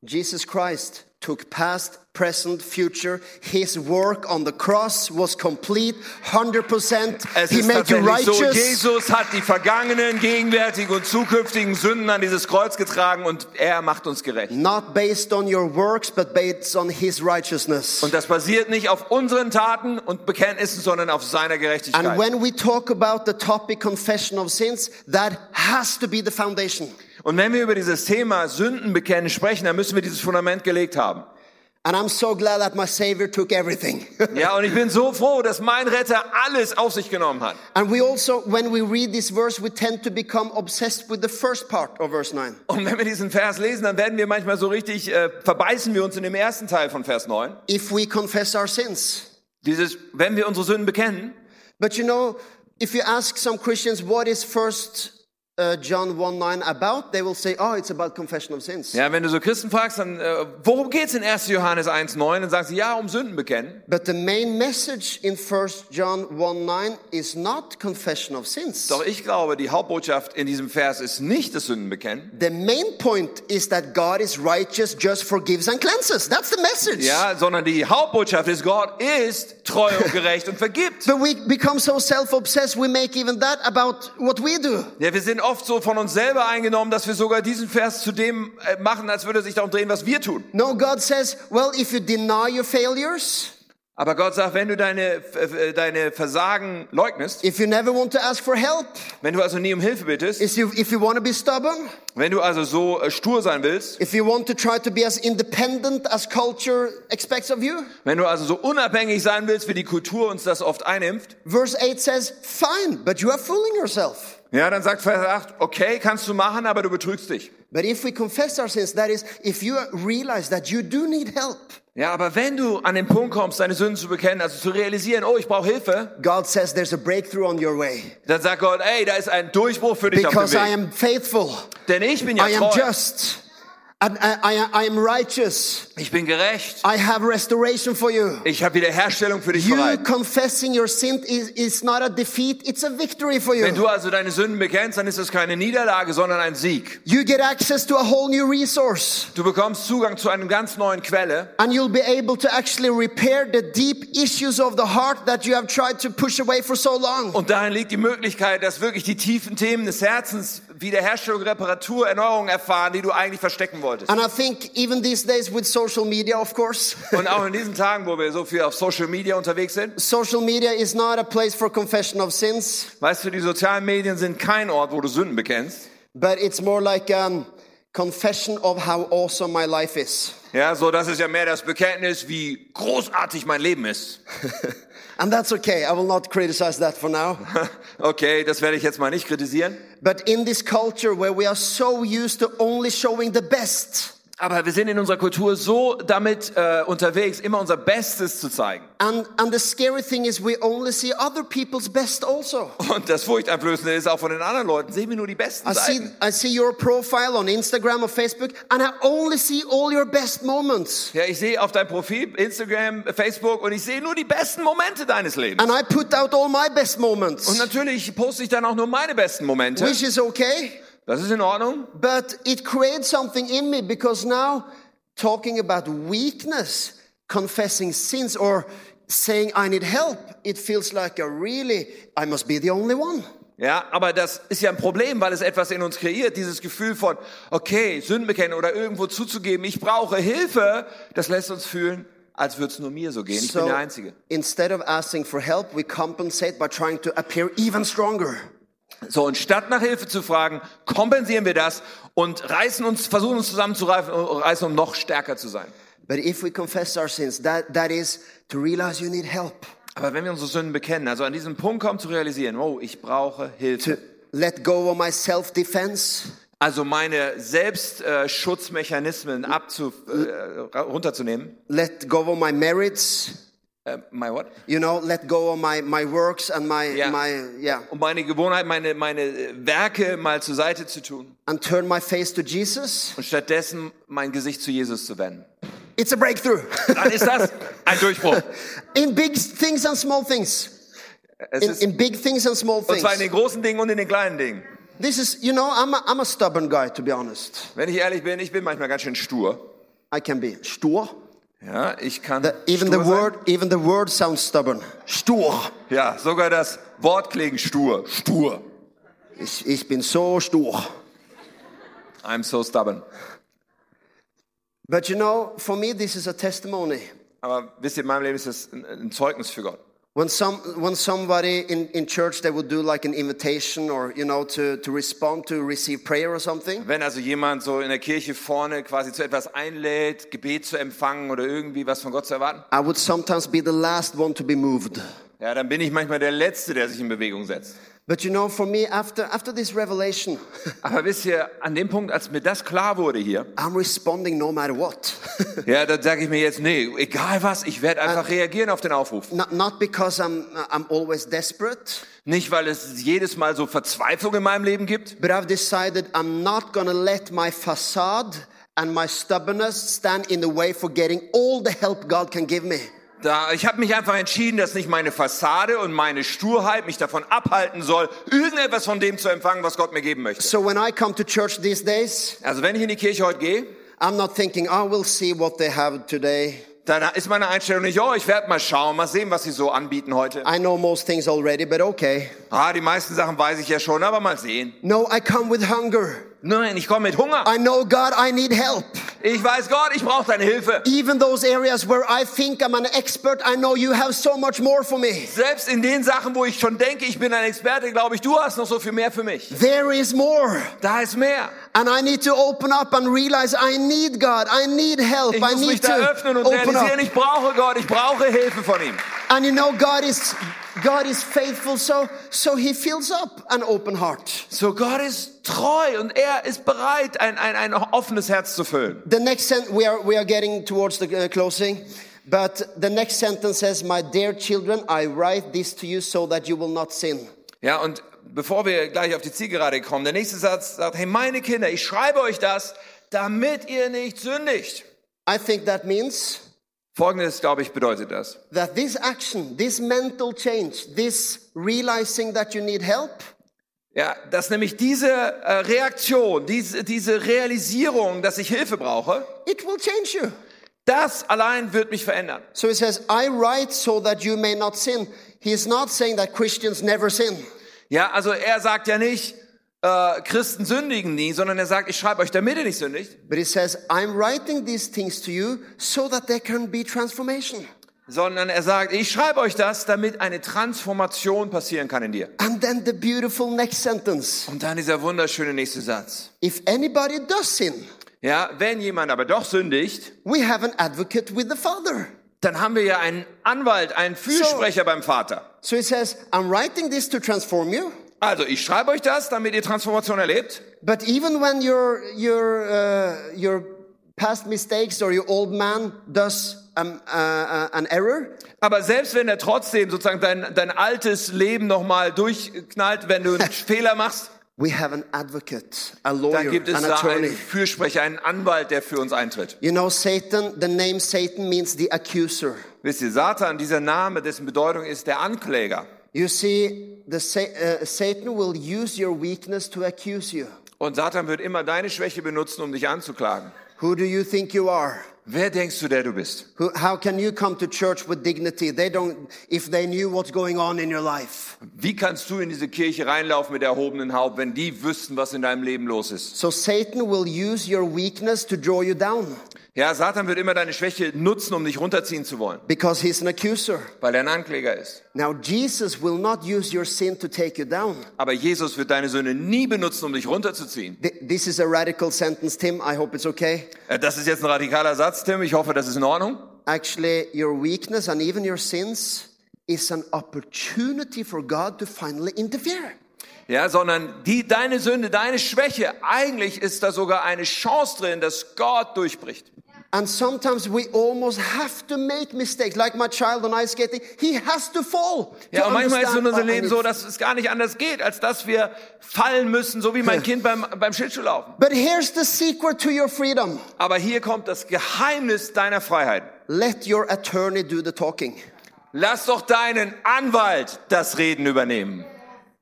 Speaker 3: Jesus Christ took past present, future. His work on the cross was complete, 100%.
Speaker 2: Es
Speaker 3: he
Speaker 2: ist
Speaker 3: made you
Speaker 2: tatsächlich so,
Speaker 3: righteous.
Speaker 2: Jesus hat die vergangenen, gegenwärtigen und zukünftigen Sünden an dieses Kreuz getragen und er macht uns gerecht.
Speaker 3: Not based on your works, but based on his righteousness.
Speaker 2: Und das basiert nicht auf unseren Taten und Bekenntnissen, sondern auf seiner
Speaker 3: And
Speaker 2: Gerechtigkeit.
Speaker 3: when we talk about the topic confession of sins, that has to be the foundation.
Speaker 2: Und wenn wir über dieses Thema Sünden bekennen sprechen, dann müssen wir dieses Fundament gelegt haben.
Speaker 3: And I'm so glad that my Savior took everything. (laughs)
Speaker 2: Ja, und ich bin so froh, dass mein Retter alles auf sich genommen hat.
Speaker 3: and we also, when we read this verse, we tend to become obsessed with the first part of verse 9.
Speaker 2: Und wenn wir diesen Vers lesen, dann werden wir manchmal so richtig, äh, verbeißen wir uns in dem ersten Teil von Vers 9.
Speaker 3: If we confess our sins.
Speaker 2: Dieses, wenn wir unsere Sünden bekennen,
Speaker 3: But you know, if you ask some Christians what is first uh, John 1 9 about, they will say, oh, it's about confession of sins.
Speaker 2: Ja, wenn du so Christen fragst, dann äh, worum geht's in 1. Johannes 1,9? Dann sagen sie, ja, um Sünden bekennen.
Speaker 3: But the main message in first John 1 9 is not confession of sins.
Speaker 2: Doch ich glaube, die Hauptbotschaft in diesem Vers ist nicht das Sündenbekennen.
Speaker 3: The main point is that God is righteous, just forgives and cleanses. That's the message.
Speaker 2: Ja, sondern die Hauptbotschaft ist, Gott ist treu und gerecht und
Speaker 3: (laughs)
Speaker 2: vergibt.
Speaker 3: But we become so self-obsessed, we make even that about what we do.
Speaker 2: Ja, wir sind oft so von uns selber eingenommen, dass wir sogar diesen Vers zu dem äh, machen, als würde es sich darum drehen, was wir tun.
Speaker 3: No, God says, well, if you deny your failures,
Speaker 2: Aber Gott sagt, wenn du deine, äh, deine Versagen leugnest,
Speaker 3: if you never want to ask for help,
Speaker 2: wenn du also nie um Hilfe bittest,
Speaker 3: if you, if you want to be stubborn,
Speaker 2: wenn du also so äh, stur sein willst,
Speaker 3: if you want to try to be as independent as culture expects of you,
Speaker 2: wenn du also so unabhängig sein willst, wie die Kultur uns das oft einimpft,
Speaker 3: verse 8 says, fine, but you are fooling yourself.
Speaker 2: Ja, dann sagt Vers 8, okay, kannst du machen, aber du betrügst dich.
Speaker 3: But if we confess our sins, that is, if you realize that you do need help,
Speaker 2: Ja, aber wenn du an den Punkt kommst, deine Sünden zu bekennen, also zu realisieren, oh, ich brauche Hilfe,
Speaker 3: God says there's a breakthrough on your way.
Speaker 2: dann sagt Gott, ey, da ist ein Durchbruch für dich auf
Speaker 3: Because
Speaker 2: dem
Speaker 3: I
Speaker 2: Weg.
Speaker 3: am faithful.
Speaker 2: Denn ich bin ja
Speaker 3: I am
Speaker 2: treu,
Speaker 3: just. And I, I, I am righteous.
Speaker 2: ich bin gerecht,
Speaker 3: I have restoration for you.
Speaker 2: ich habe Wiederherstellung für dich
Speaker 3: You
Speaker 2: bereit.
Speaker 3: confessing your sin is, is not a defeat, it's a victory for
Speaker 2: Wenn
Speaker 3: you.
Speaker 2: du also deine Sünden bekennst, dann ist das keine Niederlage, sondern ein Sieg.
Speaker 3: You get access to a whole new resource.
Speaker 2: Du bekommst Zugang zu einer ganz neuen Quelle
Speaker 3: And you'll be able to actually repair the deep issues of the heart that you have tried to push away for so long.
Speaker 2: und darin liegt die Möglichkeit, dass wirklich die tiefen Themen des Herzens Wiederherstellung, Reparatur, Erneuerung erfahren, die du eigentlich verstecken wolltest.
Speaker 3: And I think even these days with social media, of course, (laughs)
Speaker 2: Und auch in diesen Tagen, wo wir so viel auf Social Media unterwegs sind,
Speaker 3: social media is not a place for confession of sins.
Speaker 2: Weißt du, die sozialen Medien sind kein Ort, wo du Sünden bekennst.
Speaker 3: But it's more like a um, confession of how awesome my life is.
Speaker 2: Ja, so das ist ja mehr das Bekenntnis, wie großartig mein Leben ist. (laughs)
Speaker 3: And that's okay. I will not criticize that for now.
Speaker 2: Okay, das werde ich jetzt mal nicht kritisieren.
Speaker 3: but in this culture where we are so used to only showing the best,
Speaker 2: Aber wir sind in unserer Kultur so damit äh, unterwegs, immer unser Bestes zu zeigen.
Speaker 3: and, and the scary thing is we only see other people's best also.
Speaker 2: Und das Furchteinflößende ist auch von den anderen Leuten, sehen wir nur die besten
Speaker 3: I see,
Speaker 2: Seiten.
Speaker 3: I see your profile on Instagram or Facebook, and I only see all your best moments.
Speaker 2: Ja, ich sehe auf deinem Profil, Instagram, Facebook und ich sehe nur die besten Momente deines Lebens.
Speaker 3: And I put out all my best
Speaker 2: Und
Speaker 3: moments,
Speaker 2: natürlich poste ich dann auch nur meine besten Momente.
Speaker 3: which is okay.
Speaker 2: Das ist in Ordnung.
Speaker 3: But it creates something in me because now talking about weakness, confessing sins, or saying I need help, it feels like a really, I must be the only one.
Speaker 2: Ja, aber das ist ja ein Problem, weil es etwas in uns kreiert, dieses Gefühl von, okay, Sünden bekennen oder irgendwo zuzugeben, ich brauche Hilfe, das lässt uns fühlen, als würde es nur mir so gehen, ich bin der Einzige.
Speaker 3: instead of asking for help, we compensate by trying to appear even stronger.
Speaker 2: So, und statt nach Hilfe zu fragen, kompensieren wir das und reißen uns, versuchen uns zusammenzureißen, und reißen, um noch stärker zu sein.
Speaker 3: But if we confess our sins, that, that is to realize you need help,
Speaker 2: Aber wenn wir unsere Sünden bekennen, also an diesem Punkt kommen zu realisieren, oh, ich brauche
Speaker 3: to
Speaker 2: Hilfe.
Speaker 3: let go of my self defense,
Speaker 2: Also meine Selbstschutzmechanismen abzu, äh, runterzunehmen.
Speaker 3: let go of my merits,
Speaker 2: Äh, my what?
Speaker 3: you know, let go of my, my works and my,
Speaker 2: Yeah.
Speaker 3: my, yeah.
Speaker 2: um meine Gewohnheit, meine, meine äh, Werke mal zur Seite zu tun
Speaker 3: and turn my face to Jesus,
Speaker 2: und stattdessen mein Gesicht zu Jesus zu wenden.
Speaker 3: it's a breakthrough. (laughs)
Speaker 2: Dann ist das ein Durchbruch.
Speaker 3: in big things and small things.
Speaker 2: Es
Speaker 3: In,
Speaker 2: ist,
Speaker 3: in big things and small
Speaker 2: und
Speaker 3: things.
Speaker 2: zwar in den großen Dingen und in den kleinen Dingen.
Speaker 3: This is, you know, I'm a, I'm a stubborn guy, to be honest.
Speaker 2: Wenn ich ehrlich bin, ich bin manchmal ganz schön stur.
Speaker 3: I can be stur.
Speaker 2: Ja, ich kann
Speaker 3: The- even the
Speaker 2: stur sein.
Speaker 3: word, even the word sounds stubborn. Stur.
Speaker 2: Ja, sogar das Wort klingt stur. Stur.
Speaker 3: Ich, ich bin so stur.
Speaker 2: I'm so stubborn.
Speaker 3: But you know, for me, this is a testimony.
Speaker 2: Aber wisst ihr, in meinem Leben ist das ein, ein Zeugnis für Gott.
Speaker 3: When some, when somebody in, in church, they would do like an invitation or, you know, to, to respond to receive prayer or something.
Speaker 2: Wenn also jemand so in der Kirche vorne quasi zu etwas einlädt, Gebet zu empfangen oder irgendwie was von Gott zu erwarten,
Speaker 3: I would sometimes be the last one to be moved.
Speaker 2: ja, dann bin ich manchmal der Letzte, der sich in Bewegung setzt.
Speaker 3: But you know, for me, after, after this revelation, (laughs)
Speaker 2: Aber wisst ihr, an dem Punkt, als mir das klar wurde hier,
Speaker 3: I'm responding no matter what. (laughs)
Speaker 2: ja, dann sage ich mir jetzt, nee, egal was, ich werde einfach reagieren auf den Aufruf.
Speaker 3: not, not because I'm, I'm always desperate,
Speaker 2: Nicht, weil es jedes Mal so Verzweiflung in meinem Leben gibt,
Speaker 3: but I've decided I'm not going to let my facade and my stubbornness stand in the way for getting all the help God can give me.
Speaker 2: Da, ich habe mich einfach entschieden, dass nicht meine Fassade und meine Sturheit mich davon abhalten soll, irgendetwas von dem zu empfangen, was Gott mir geben möchte.
Speaker 3: So when I come to church these days,
Speaker 2: Also wenn ich in die Kirche heute gehe,
Speaker 3: I'm not thinking, I will see what they have today.
Speaker 2: dann ist meine Einstellung nicht, oh, ich werde mal schauen, mal sehen, was sie so anbieten heute.
Speaker 3: I know most things already, but okay.
Speaker 2: Ah, die meisten Sachen weiß ich ja schon, aber mal sehen.
Speaker 3: No, I come with hunger.
Speaker 2: Nein, ich komme mit Hunger.
Speaker 3: I know, God, I need help.
Speaker 2: Ich weiß, Gott, ich brauche deine Hilfe.
Speaker 3: Even those areas where I think I'm an expert, I know you have so much more for me.
Speaker 2: Selbst in den Sachen, wo ich schon denke, ich bin ein Experte, glaube ich, du hast noch so viel mehr für mich.
Speaker 3: There is more.
Speaker 2: Da ist mehr.
Speaker 3: And I need to open up and realize I need God. I need help.
Speaker 2: Ich
Speaker 3: I
Speaker 2: muss mich
Speaker 3: need
Speaker 2: da
Speaker 3: to
Speaker 2: öffnen und
Speaker 3: open
Speaker 2: realisieren,
Speaker 3: up.
Speaker 2: ich brauche Gott, ich brauche Hilfe von ihm.
Speaker 3: And you know God is God is faithful, so so He fills up an open heart.
Speaker 2: So Gott ist treu und er ist bereit, ein, ein, ein offenes Herz zu füllen.
Speaker 3: The next sentence we are we are getting towards the uh, closing, but the next sentence says, "My dear children, I write this to you so that you will not sin."
Speaker 2: Ja, und bevor wir gleich auf die Zielgerade kommen, der nächste Satz sagt, hey, meine Kinder, ich schreibe euch das, damit ihr nicht sündigt.
Speaker 3: I think that means
Speaker 2: Folgendes, glaube ich, bedeutet das.
Speaker 3: that this action, this mental change, this realizing that you need help
Speaker 2: Ja, dass nämlich diese äh, Reaktion, diese, diese Realisierung, dass ich Hilfe brauche,
Speaker 3: it will change you.
Speaker 2: das allein wird mich verändern.
Speaker 3: So he says, I write so that you may not sin. He's not saying that Christians never sin.
Speaker 2: Ja, also er sagt ja nicht, äh, Christen sündigen nie, sondern er sagt, ich schreibe euch, damit ihr nicht sündigt,
Speaker 3: But he says, I'm writing these things to you so that there can be transformation.
Speaker 2: sondern er sagt, ich schreibe euch das, damit eine Transformation passieren kann in dir.
Speaker 3: And then the beautiful next sentence.
Speaker 2: Und dann dieser wunderschöne nächste Satz.
Speaker 3: If anybody does sin,
Speaker 2: Ja, wenn jemand aber doch sündigt,
Speaker 3: we have an advocate with the Father.
Speaker 2: dann haben wir ja einen Anwalt, einen Fürsprecher beim Vater.
Speaker 3: So he says, I'm writing this to transform you.
Speaker 2: Also, ich schreibe euch das, damit ihr Transformation erlebt.
Speaker 3: But even when your, your, uh, your past mistakes or your old man does um, uh, uh, an error,
Speaker 2: Aber selbst wenn er trotzdem sozusagen dein, dein altes Leben nochmal durchknallt, wenn du einen Fehler machst,
Speaker 3: we have an advocate, a
Speaker 2: dann
Speaker 3: lawyer,
Speaker 2: gibt es
Speaker 3: an
Speaker 2: da einen
Speaker 3: attorney.
Speaker 2: Fürsprecher, einen Anwalt, der für uns eintritt.
Speaker 3: You know, Satan, the name Satan means the accuser.
Speaker 2: Wisst ihr, Satan, dieser Name, dessen Bedeutung ist der Ankläger.
Speaker 3: You see, the sa- uh, Satan will use your weakness to accuse you.
Speaker 2: Und Satan wird immer deine Schwäche benutzen, um dich anzuklagen.
Speaker 3: Who do you think you are?
Speaker 2: Wer denkst du, der du bist?
Speaker 3: Who, how can you come to church with dignity? They don't, if they knew what's going on in your life.
Speaker 2: Wie kannst du in diese Kirche reinlaufen mit erhobenem Haupt, wenn die wüssten, was in deinem Leben los ist?
Speaker 3: So Satan will use your weakness to draw you down
Speaker 2: Ja, Satan wird immer deine Schwäche nutzen, um dich runterziehen zu wollen,
Speaker 3: because he's an accuser.
Speaker 2: weil er ein Ankläger ist.
Speaker 3: Now, Jesus will not use your sin to take you down.
Speaker 2: Aber Jesus wird deine Sünde nie benutzen, um dich runterzuziehen.
Speaker 3: Th- This is a radical sentence, Tim. I hope it's okay.
Speaker 2: Äh, Das ist jetzt ein radikaler Satz, Tim. Ich hoffe, das ist in Ordnung.
Speaker 3: Actually, your weakness and even your sins is an opportunity for God to finally interfere.
Speaker 2: Ja, sondern die, deine Sünde, deine Schwäche, eigentlich ist da sogar eine Chance drin, dass Gott durchbricht.
Speaker 3: And sometimes we almost have to make mistakes. Like my child on ice skating, he has to fall. to
Speaker 2: Ja, und manchmal ist es in unserem
Speaker 3: understand, "Oh, I
Speaker 2: Leben
Speaker 3: need-"
Speaker 2: so, dass es gar nicht anders geht, als dass wir fallen müssen, so wie (laughs) mein Kind beim, beim Schlittschuhlaufen.
Speaker 3: But here's the secret to your freedom
Speaker 2: Aber hier kommt das Geheimnis deiner Freiheit.
Speaker 3: let your attorney do the talking.
Speaker 2: Lass doch deinen Anwalt das Reden übernehmen.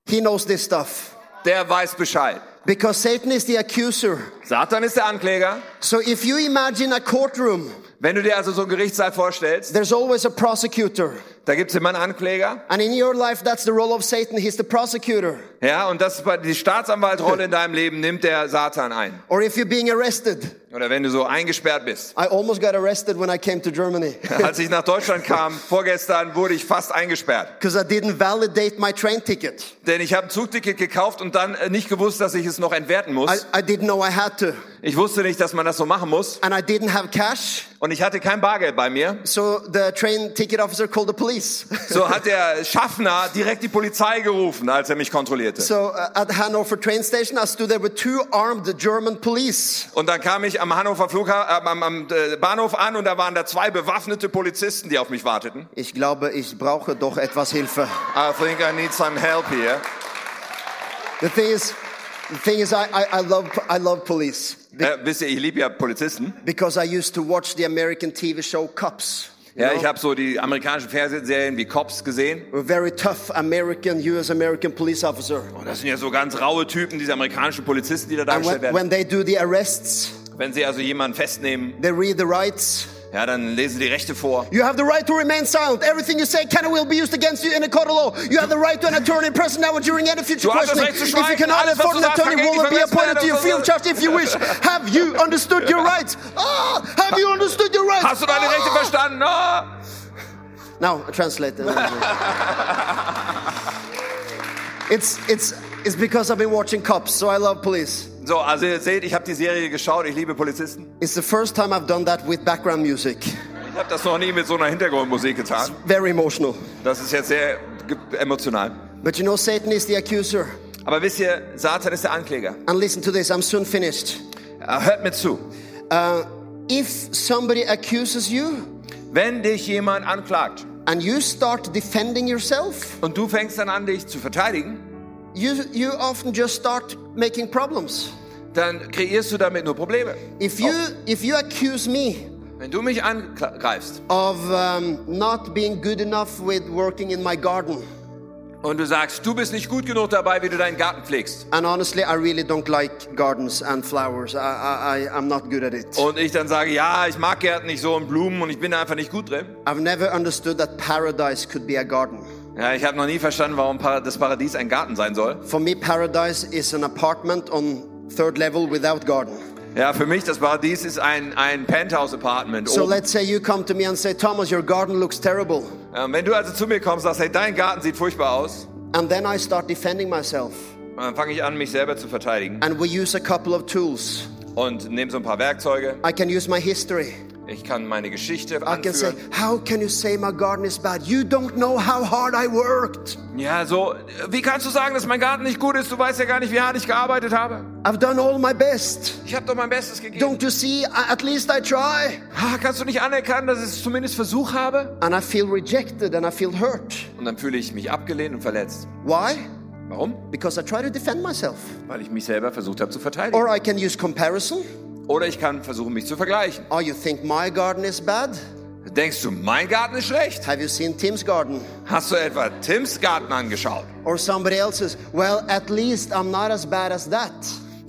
Speaker 3: He knows this stuff.
Speaker 2: Der weiß Bescheid.
Speaker 3: Because Satan is the accuser.
Speaker 2: Satan ist der Ankläger.
Speaker 3: So if you imagine a courtroom,
Speaker 2: Wenn du dir also so einen Gerichtssaal vorstellst,
Speaker 3: there's always a prosecutor.
Speaker 2: da gibt es immer einen Ankläger.
Speaker 3: And in your life, that's the role of Satan. He's the prosecutor.
Speaker 2: Ja, und das war die Staatsanwaltrolle in deinem Leben nimmt der Satan ein.
Speaker 3: Or if you're being arrested.
Speaker 2: Oder wenn du so eingesperrt bist.
Speaker 3: I almost got arrested when I came to Germany (laughs)
Speaker 2: Als ich nach Deutschland kam, vorgestern, wurde ich fast eingesperrt.
Speaker 3: because I didn't validate my train ticket.
Speaker 2: Denn ich habe ein Zugticket gekauft und dann äh, nicht gewusst, dass ich es noch entwerten
Speaker 3: I,
Speaker 2: muss.
Speaker 3: I didn't know I had to.
Speaker 2: Ich wusste nicht, dass man das so machen muss.
Speaker 3: And I didn't have cash.
Speaker 2: Und ich hatte kein Bargeld bei mir.
Speaker 3: So the train ticket officer called the police. (laughs)
Speaker 2: So hat der Schaffner direkt die Polizei gerufen, als er mich kontrollierte.
Speaker 3: So uh, at Hanover train station, I stood there with two armed German police.
Speaker 2: Und dann kam ich am Hannover Flughafen, äh, am, am äh, Bahnhof an und da waren da zwei bewaffnete Polizisten, die auf mich warteten.
Speaker 3: Ich glaube, ich brauche doch etwas Hilfe.
Speaker 2: I think I need some help here.
Speaker 3: The thing is, the thing is, I, I, I love I love police be-
Speaker 2: Äh, wisst ihr, ich liebe ja Polizisten.
Speaker 3: because I used to watch the American TV show Cops. you
Speaker 2: Ja,
Speaker 3: know?
Speaker 2: ich habe so die amerikanischen Fernsehserien wie Cops gesehen.
Speaker 3: A very tough American, U.S. American police officer.
Speaker 2: Und Oh, das sind ja so ganz raue Typen, diese amerikanischen Polizisten, die da
Speaker 3: And
Speaker 2: dargestellt
Speaker 3: when,
Speaker 2: werden.
Speaker 3: when they do the arrests,
Speaker 2: Wenn sie also jemanden festnehmen,
Speaker 3: they read the rights.
Speaker 2: ja, dann lesen sie die Rechte vor.
Speaker 3: You have the right to remain silent. Everything you say can and will be used against you in a court of law. You have the right to an attorney in person now or during any future
Speaker 2: Du hast das
Speaker 3: questioning.
Speaker 2: Recht zu
Speaker 3: If you
Speaker 2: schweigen.
Speaker 3: cannot
Speaker 2: Alles, was
Speaker 3: afford
Speaker 2: du
Speaker 3: an
Speaker 2: sagst,
Speaker 3: attorney,
Speaker 2: vergeht die
Speaker 3: will not be
Speaker 2: Verletzung an
Speaker 3: appointed to your
Speaker 2: und so
Speaker 3: field
Speaker 2: weiter.
Speaker 3: charged if you (laughs) wish. Have you understood your rights? Ah, have you understood your rights?
Speaker 2: Hast du deine Rechte
Speaker 3: Ah!
Speaker 2: verstanden? Ah!
Speaker 3: Now translate. (laughs) it's it's it's because I've been watching cops, so I love police.
Speaker 2: So, also ihr seht, ich habe die Serie geschaut, ich liebe Polizisten.
Speaker 3: It's the first time I've done that with background music.
Speaker 2: Ich habe das noch nie mit so einer Hintergrundmusik getan.
Speaker 3: Very emotional.
Speaker 2: Das ist jetzt sehr ge- emotional.
Speaker 3: But you know, Satan is the accuser.
Speaker 2: Aber wisst ihr, Satan ist der Ankläger.
Speaker 3: And listen to this. I'm soon finished.
Speaker 2: Äh, Hört mir zu.
Speaker 3: Uh, if somebody accuses you
Speaker 2: Wenn dich jemand anklagt
Speaker 3: and you start defending yourself,
Speaker 2: und du fängst dann an, dich zu verteidigen,
Speaker 3: you you often just start making problems.
Speaker 2: dann kreierst du damit nur Probleme.
Speaker 3: If you if you accuse me
Speaker 2: Wenn du mich angreifst
Speaker 3: of um, not being good enough with working in my garden.
Speaker 2: und du sagst, du bist nicht gut genug dabei, wie du deinen Garten pflegst,
Speaker 3: And honestly, I really don't like gardens and flowers. I, I, I, I'm not good at it.
Speaker 2: und ich dann sage, ja, ich mag Gärten nicht so und Blumen und ich bin da einfach nicht gut drin,
Speaker 3: I've never understood that paradise could be a garden.
Speaker 2: ja, ich habe noch nie verstanden, warum Para- das Paradies ein Garten sein soll.
Speaker 3: For me, paradise is an apartment on third level without garden.
Speaker 2: Ja, für mich das Paradies ist ein ein Penthouse Apartment.
Speaker 3: So
Speaker 2: oben.
Speaker 3: let's say you come to me and say, Thomas, your garden looks terrible.
Speaker 2: Ähm, wenn du also zu mir kommst, und sagst, hey, dein Garten sieht furchtbar aus,
Speaker 3: And then I start defending myself.
Speaker 2: dann fange ich an, mich selber zu verteidigen
Speaker 3: And we use a couple of tools.
Speaker 2: und nehme so ein paar Werkzeuge.
Speaker 3: I can use my history.
Speaker 2: Ich kann meine Geschichte
Speaker 3: I can say,
Speaker 2: anführen.
Speaker 3: How can you say my garden is bad? You don't know how hard I worked.
Speaker 2: Ja, so, äh, wie kannst du sagen, dass mein Garten nicht gut ist? Du weißt ja gar nicht, wie hart ich gearbeitet habe.
Speaker 3: I've done all my best.
Speaker 2: Ich habe doch mein Bestes gegeben.
Speaker 3: Don't you see? I- At least I try.
Speaker 2: Ah, kannst du nicht anerkennen, dass ich es zumindest Versuch habe?
Speaker 3: And I feel rejected and I feel hurt.
Speaker 2: Und dann fühle ich mich abgelehnt und verletzt.
Speaker 3: Why?
Speaker 2: Warum?
Speaker 3: Because I try to defend myself.
Speaker 2: Weil ich mich selber versucht habe zu verteidigen.
Speaker 3: Or I can use comparison.
Speaker 2: Oder ich kann versuchen, mich zu vergleichen.
Speaker 3: Oh, you think my garden is bad?
Speaker 2: Denkst du, mein Garten ist schlecht?
Speaker 3: Have you seen Tim's garden?
Speaker 2: Hast du etwa Tims Garten angeschaut?
Speaker 3: Or somebody else's? Well, at least I'm not as bad as that.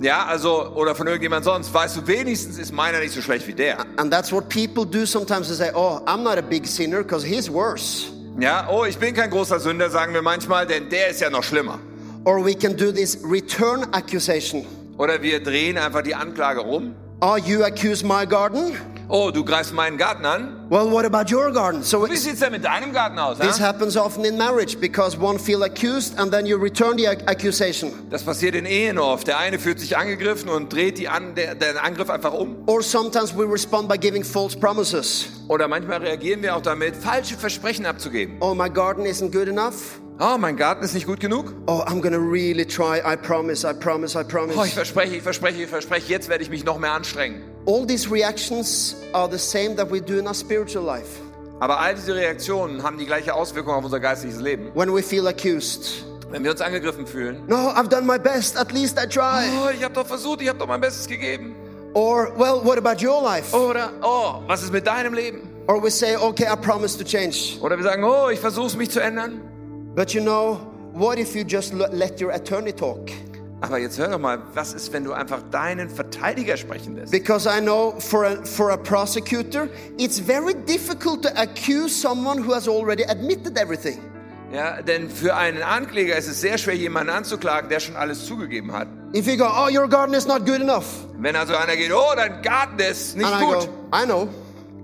Speaker 2: Ja, also, oder von irgendjemand sonst. Weißt du, wenigstens ist meiner nicht so schlecht wie der.
Speaker 3: And that's what people do sometimes. They say, oh, I'm not a big sinner because he's worse.
Speaker 2: Ja, oh, ich bin kein großer Sünder, sagen wir manchmal, denn der ist ja noch schlimmer.
Speaker 3: Or we can do this return accusation.
Speaker 2: Oder wir drehen einfach die Anklage rum.
Speaker 3: Oh, you accuse my garden?
Speaker 2: Oh, du greifst meinen Garten an?
Speaker 3: Well, what about your garden? So
Speaker 2: Wie sieht's denn mit deinem Garten aus?
Speaker 3: This
Speaker 2: Ja?
Speaker 3: happens often in marriage because one feels accused and then you return the ac- accusation.
Speaker 2: Das passiert in Ehen oft. Der eine fühlt sich angegriffen und dreht die an, der, den Angriff einfach um.
Speaker 3: Or sometimes we respond by giving false promises.
Speaker 2: Oder manchmal reagieren wir auch damit, falsche Versprechen abzugeben.
Speaker 3: Oh, my garden isn't good enough.
Speaker 2: Oh, mein Garten ist nicht gut genug.
Speaker 3: Oh, I'm gonna really try. I promise, I promise, I promise.
Speaker 2: Oh, ich verspreche, ich verspreche, ich verspreche, jetzt werde ich mich noch mehr anstrengen.
Speaker 3: All these reactions are the same that we do in our spiritual life.
Speaker 2: Aber all diese Reaktionen haben die gleiche Auswirkung auf unser geistliches Leben.
Speaker 3: When we feel accused.
Speaker 2: Wenn wir uns angegriffen fühlen.
Speaker 3: No, I've done my best. At least I try.
Speaker 2: Oh, ich habe doch versucht, ich habe doch mein Bestes gegeben.
Speaker 3: Or, well, what about your life?
Speaker 2: Oder, oh, was ist mit deinem Leben?
Speaker 3: Or we say, okay, I promise to change.
Speaker 2: Oder wir sagen, oh, ich versuche es mich zu ändern.
Speaker 3: But you know, what if you just l- let your attorney talk?
Speaker 2: Aber jetzt hör doch mal, was ist, wenn du einfach deinen Verteidiger sprechen lässt?
Speaker 3: Because I know for a, for a prosecutor, it's very difficult to accuse someone who has already admitted everything.
Speaker 2: Ja, denn für einen Ankläger ist es sehr schwer, jemanden anzuklagen, der schon alles zugegeben hat.
Speaker 3: If you go, oh, your garden is not good enough,
Speaker 2: Wenn also einer geht, oh, dein Garten ist nicht
Speaker 3: and I
Speaker 2: gut,
Speaker 3: go, I know,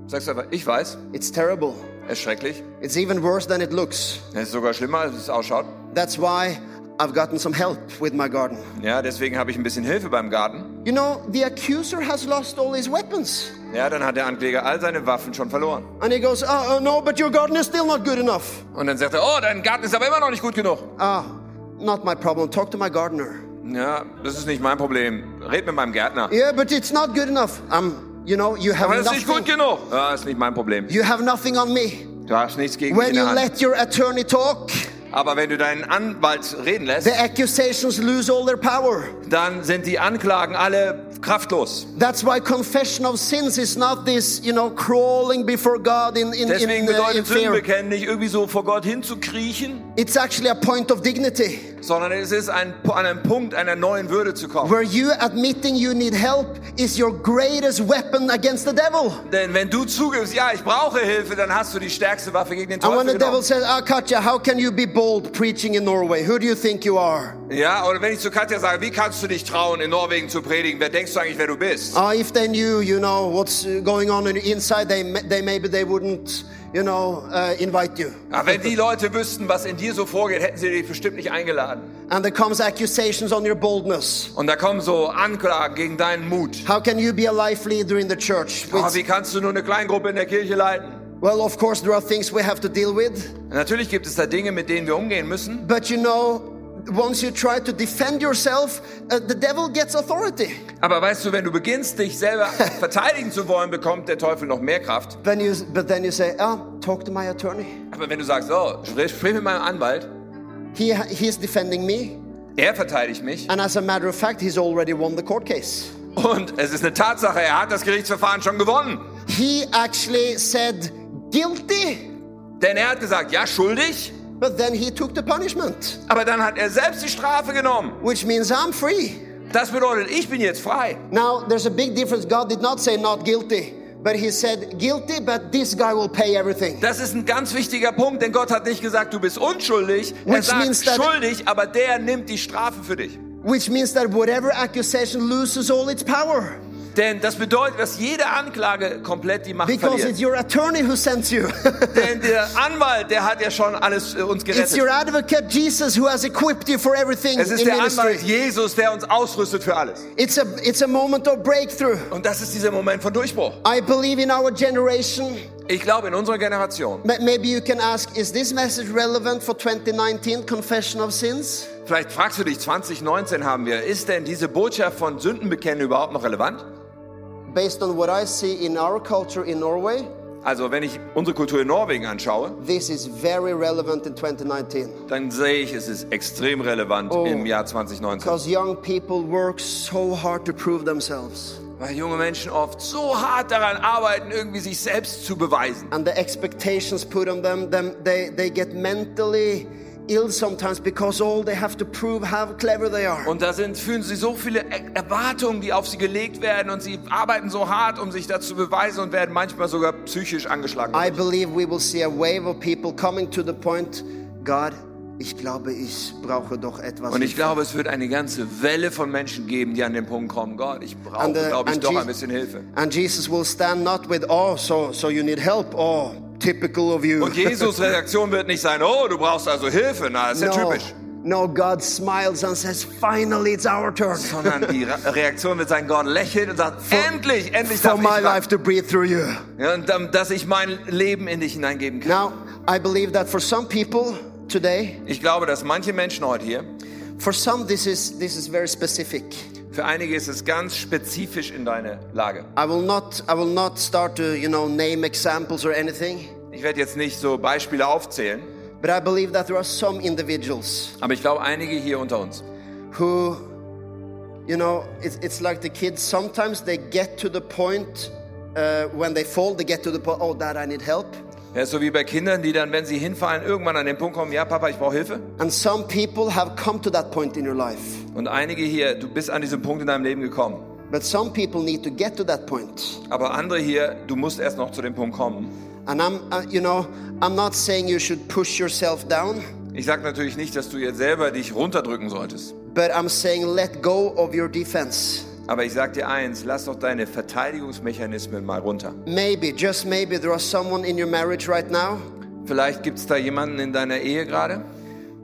Speaker 2: sagst du einfach, ich weiß,
Speaker 3: it's terrible.
Speaker 2: es ist schrecklich,
Speaker 3: It's even worse than it looks.
Speaker 2: es ist sogar schlimmer, als es ausschaut.
Speaker 3: That's why I've gotten some help with my garden.
Speaker 2: Ja, deswegen habe ich ein bisschen Hilfe beim Garten.
Speaker 3: You know, the accuser has lost all his weapons.
Speaker 2: Ja, dann hat der Ankläger all seine Waffen schon verloren.
Speaker 3: And he goes, oh, uh, no, but your garden is still not good enough.
Speaker 2: Und dann sagt er, oh, dein Garten ist aber immer noch nicht gut genug.
Speaker 3: Ah, not my problem. Talk to my gardener.
Speaker 2: Ja, das ist nicht mein Problem. Red mit meinem Gärtner.
Speaker 3: Yeah, but it's not good enough. Um, you know, you have
Speaker 2: Aber das ist nicht gut
Speaker 3: nothing.
Speaker 2: genug. Ja, ist nicht mein Problem.
Speaker 3: You have nothing on me.
Speaker 2: Du hast nichts gegen mich
Speaker 3: When
Speaker 2: in
Speaker 3: you
Speaker 2: der Hand.
Speaker 3: let your attorney talk,
Speaker 2: Aber wenn du deinen Anwalt reden lässt,
Speaker 3: the accusations lose all their power.
Speaker 2: dann sind die Anklagen alle kraftlos.
Speaker 3: That's why confession of sins is not this, you know, crawling before God in, in, in,
Speaker 2: Deswegen
Speaker 3: uh, in
Speaker 2: bedeutet
Speaker 3: fear.
Speaker 2: Sündenbekennen nicht irgendwie so vor Gott hinzukriechen,
Speaker 3: It's actually a point of dignity
Speaker 2: sondern es ist ein, an einem Punkt einer neuen Würde zu kommen.
Speaker 3: where you admitting you need help is your greatest weapon against the devil.
Speaker 2: Denn wenn du zugibst, ja, ich brauche Hilfe, dann hast du die stärkste Waffe gegen den
Speaker 3: And when
Speaker 2: Teufel
Speaker 3: the devil
Speaker 2: genommen.
Speaker 3: says, Ah, Katja, how can you be bold preaching in Norway? Who do you think you are?
Speaker 2: Ja, oder wenn ich zu Katja sage, wie kannst du dich trauen, in Norwegen zu predigen? Wer denkst du eigentlich, wer du bist?
Speaker 3: Ah, if they knew, you know, what's uh, going on in- inside, they, ma- they maybe they wouldn't, you know, uh, invite you.
Speaker 2: Ja, wenn die Leute wüssten, was in dir so vorgeht, hätten sie dich bestimmt nicht eingeladen.
Speaker 3: And there comes accusations on your boldness.
Speaker 2: Und da kommen so Anklagen gegen deinen Mut.
Speaker 3: How can you be a life leader in the church?
Speaker 2: Oh,
Speaker 3: Which-
Speaker 2: wie kannst du nur eine Kleingruppe in der Kirche leiten?
Speaker 3: well, of course, there are things we have to deal with.
Speaker 2: Natürlich gibt es da Dinge, mit denen wir umgehen müssen.
Speaker 3: But you know, once you try to defend yourself, uh, the devil gets authority.
Speaker 2: Aber weißt du, wenn du beginnst, dich selber verteidigen zu wollen, bekommt der Teufel noch mehr Kraft.
Speaker 3: Then you, but then you say, oh, talk to my attorney.
Speaker 2: Aber wenn du sagst, oh, sprich, sprich mit meinem Anwalt,
Speaker 3: He, he's defending me.
Speaker 2: er verteidigt mich.
Speaker 3: And as a matter of fact, he's already won the court case.
Speaker 2: Und es ist eine Tatsache, er hat das Gerichtsverfahren schon gewonnen.
Speaker 3: He actually said guilty,
Speaker 2: Denn er hat gesagt, ja, schuldig,
Speaker 3: but then he took the punishment,
Speaker 2: aber dann hat er selbst die Strafe genommen.
Speaker 3: which means I'm free.
Speaker 2: Das bedeutet, ich bin jetzt frei.
Speaker 3: Now, there's a big difference. God did not say not guilty, but he said guilty, but this guy will pay everything.
Speaker 2: Das ist ein ganz wichtiger Punkt, denn Gott hat nicht gesagt, du bist unschuldig. Er
Speaker 3: Which means
Speaker 2: sagt
Speaker 3: that-
Speaker 2: schuldig, aber der nimmt die Strafe für dich.
Speaker 3: Which means that whatever accusation loses all its power
Speaker 2: Denn das bedeutet, dass jede Anklage komplett die Macht
Speaker 3: because it's
Speaker 2: verliert.
Speaker 3: your attorney who sends you. (laughs)
Speaker 2: Denn der Anwalt, der hat ja schon alles äh, uns
Speaker 3: It's your
Speaker 2: gerettet.
Speaker 3: advocate Jesus who has equipped you for everything
Speaker 2: Es ist
Speaker 3: in
Speaker 2: der Anwalt
Speaker 3: ministry.
Speaker 2: Jesus, der uns ausrüstet für alles.
Speaker 3: It's a it's a moment of breakthrough.
Speaker 2: Und das ist dieser Moment von Durchbruch.
Speaker 3: I believe in our generation
Speaker 2: Ich glaube, in unserer Generation,
Speaker 3: Ma- Maybe you can ask, is this message relevant for 2019 confession of sins?
Speaker 2: vielleicht fragst du dich, 2019 haben wir, ist denn diese Botschaft von Sündenbekennen überhaupt noch relevant?
Speaker 3: Based on what I see in our culture in Norway,
Speaker 2: Also, wenn ich unsere Kultur in Norwegen anschaue,
Speaker 3: this is very relevant in 2019
Speaker 2: dann sehe ich, es ist extrem relevant
Speaker 3: Oh.
Speaker 2: im Jahr 2019.
Speaker 3: because young people work so hard to prove themselves
Speaker 2: Weil junge Menschen oft so hart daran arbeiten, irgendwie sich selbst zu beweisen.
Speaker 3: and the expectations put on them, them they, they get mentally ill sometimes because all they have to prove how clever they are.
Speaker 2: Und da sind, fühlen sie so viele E- Erwartungen, die auf sie gelegt werden und sie arbeiten so hart, um sich dazu zu beweisen und werden manchmal sogar psychisch angeschlagen.
Speaker 3: I believe we will see a wave of people coming to the point, God, ich glaube, ich brauche doch etwas.
Speaker 2: Und ich glaube, es wird eine ganze Welle von Menschen geben, die an den Punkt kommen, Gott, ich brauche,
Speaker 3: And, uh,
Speaker 2: glaube ich,
Speaker 3: and
Speaker 2: doch
Speaker 3: Jesus-
Speaker 2: ein bisschen Hilfe.
Speaker 3: And Jesus will stand not with, oh, so, so you need help, oh, typical of you.
Speaker 2: Und
Speaker 3: (laughs)
Speaker 2: Jesus' Reaktion wird nicht sein, oh, du brauchst also Hilfe, na, ist ja
Speaker 3: no,
Speaker 2: typisch.
Speaker 3: no, God smiles and says, finally, it's our turn (laughs)
Speaker 2: Sondern die Ra- Reaktion wird sein, Gott lächelt und sagt, endlich, endlich
Speaker 3: for
Speaker 2: darf ich
Speaker 3: my
Speaker 2: ran-
Speaker 3: life to breathe through you.
Speaker 2: ja, und, ähm, dass ich mein Leben in dich hineingeben kann.
Speaker 3: Now, I believe that for some people today,
Speaker 2: Ich glaube, dass manche Menschen heute hier,
Speaker 3: for some this is this is very specific.
Speaker 2: für einige ist es ganz spezifisch in deine Lage.
Speaker 3: I will not I will not start to, you know, name examples or anything,
Speaker 2: Ich werde jetzt nicht so Beispiele aufzählen,
Speaker 3: but I believe that there are some individuals
Speaker 2: aber ich glaube, einige hier unter uns,
Speaker 3: who you know it's, it's like the kids sometimes they get to the point uh, when they fall they get to the point oh dad i need help
Speaker 2: Er ist so wie bei Kindern, die dann, wenn sie hinfallen, irgendwann an den Punkt kommen, ja Papa, ich brauche Hilfe.
Speaker 3: And some people have come to that point in your life,
Speaker 2: Und einige hier, du bist an diesem Punkt in deinem Leben gekommen.
Speaker 3: but some people need to get to that point.
Speaker 2: Aber andere hier, du musst erst noch zu dem Punkt kommen.
Speaker 3: And I'm, uh, you know, I'm not saying you should push yourself down,
Speaker 2: Ich sage natürlich nicht, dass du jetzt selber dich runterdrücken solltest.
Speaker 3: but I'm saying let go of your defense.
Speaker 2: Aber ich sag dir eins, lass doch deine Verteidigungsmechanismen mal runter.
Speaker 3: Maybe, just maybe, there is someone in your marriage right now
Speaker 2: Vielleicht gibt es da jemanden in deiner Ehe gerade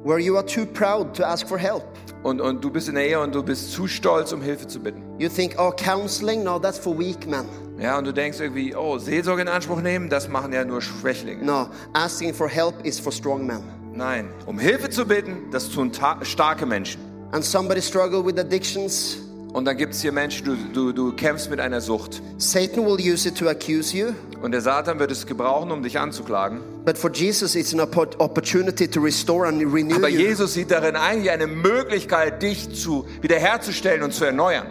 Speaker 3: where you are too proud to ask for help.
Speaker 2: und, und du bist in der Ehe und du bist zu stolz, um Hilfe zu bitten.
Speaker 3: You think, oh, counseling? No, that's for weak men.
Speaker 2: Ja, und du denkst irgendwie, oh, Seelsorge in Anspruch nehmen, das machen ja nur Schwächlinge.
Speaker 3: No, asking for help is for strong men.
Speaker 2: Nein, um Hilfe zu bitten, das tun ta- starke Menschen.
Speaker 3: And somebody struggle with addictions.
Speaker 2: Und dann gibt es hier Menschen, du, du, du kämpfst mit einer Sucht.
Speaker 3: Satan will use it to accuse you,
Speaker 2: Und der Satan wird es gebrauchen, um dich anzuklagen.
Speaker 3: but for Jesus, it's an oppo- opportunity to restore and renew
Speaker 2: Aber
Speaker 3: you.
Speaker 2: Jesus sieht darin eigentlich eine Möglichkeit, dich zu wiederherzustellen und zu erneuern.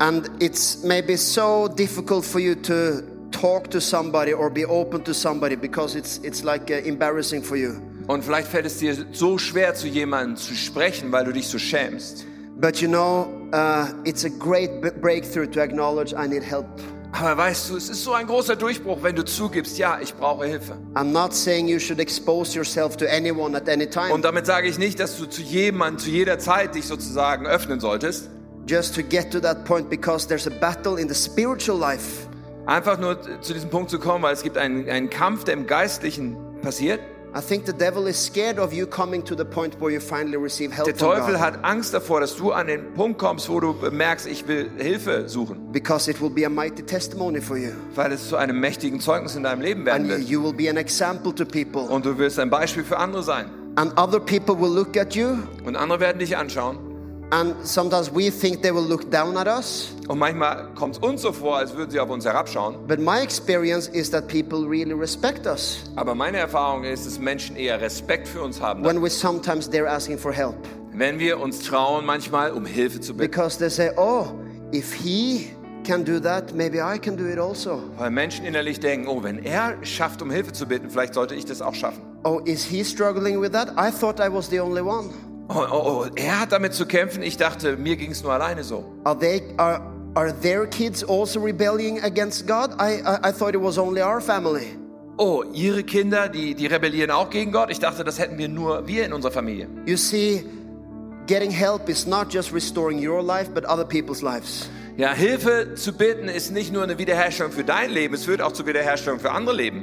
Speaker 3: And it's maybe so difficult for you to talk to somebody or be open to somebody because it's it's like uh, embarrassing for you.
Speaker 2: Und vielleicht fällt es dir so schwer, zu jemandem zu sprechen, weil du dich so schämst.
Speaker 3: But you know, uh, it's a great b- breakthrough to acknowledge I need help.
Speaker 2: Aber weißt du, es ist so ein großer Durchbruch, wenn du zugibst, ja, ich brauche Hilfe.
Speaker 3: I'm not saying you should expose yourself to anyone at any time,
Speaker 2: Und damit sage ich nicht, dass du zu jedem Mann, zu jeder Zeit dich sozusagen öffnen solltest.
Speaker 3: just to get to that point because there's a battle in the spiritual life.
Speaker 2: Einfach nur zu diesem Punkt zu kommen, weil es gibt einen, einen Kampf, der im Geistlichen passiert.
Speaker 3: I think the devil is scared of you coming to the point where you finally receive help
Speaker 2: Der
Speaker 3: from
Speaker 2: Teufel
Speaker 3: God
Speaker 2: hat Angst davor, dass du an den Punkt kommst, wo du merkst, ich will Hilfe suchen,
Speaker 3: because it will be a mighty testimony for you.
Speaker 2: weil es zu einem mächtigen Zeugnis in deinem Leben werden
Speaker 3: And you-
Speaker 2: wird.
Speaker 3: you will be an example to people.
Speaker 2: Und du wirst ein Beispiel für andere sein.
Speaker 3: And other people will look at you,
Speaker 2: Und andere werden dich anschauen.
Speaker 3: and sometimes we think they will look down at us.
Speaker 2: Und manchmal kommt es uns so vor, als würden sie auf uns herabschauen.
Speaker 3: But my experience is that people really respect us
Speaker 2: Aber meine Erfahrung ist, dass Menschen eher Respekt für uns haben,
Speaker 3: when we sometimes dare asking for help
Speaker 2: wenn wir uns trauen, manchmal um Hilfe zu bitten.
Speaker 3: because they say, Oh, if he can do that, maybe I can do it also.
Speaker 2: Weil Menschen innerlich denken, oh, wenn er schafft, um Hilfe zu bitten, vielleicht sollte ich das auch schaffen.
Speaker 3: Oh, is he struggling with that? I thought I was the only one.
Speaker 2: Oh, oh, oh er hat damit zu kämpfen. Ich dachte, mir ging es nur alleine so.
Speaker 3: Are they are are their kids also rebelling against God? I, I I thought it was only our family.
Speaker 2: Oh, ihre Kinder, die, die rebellieren auch gegen Gott. Ich dachte, das hätten wir nur wir in unserer Familie.
Speaker 3: You see, getting help is not just restoring your life but other people's lives.
Speaker 2: Ja, Hilfe zu bitten ist nicht nur eine Wiederherstellung für dein Leben, es führt auch zur Wiederherstellung für andere Leben.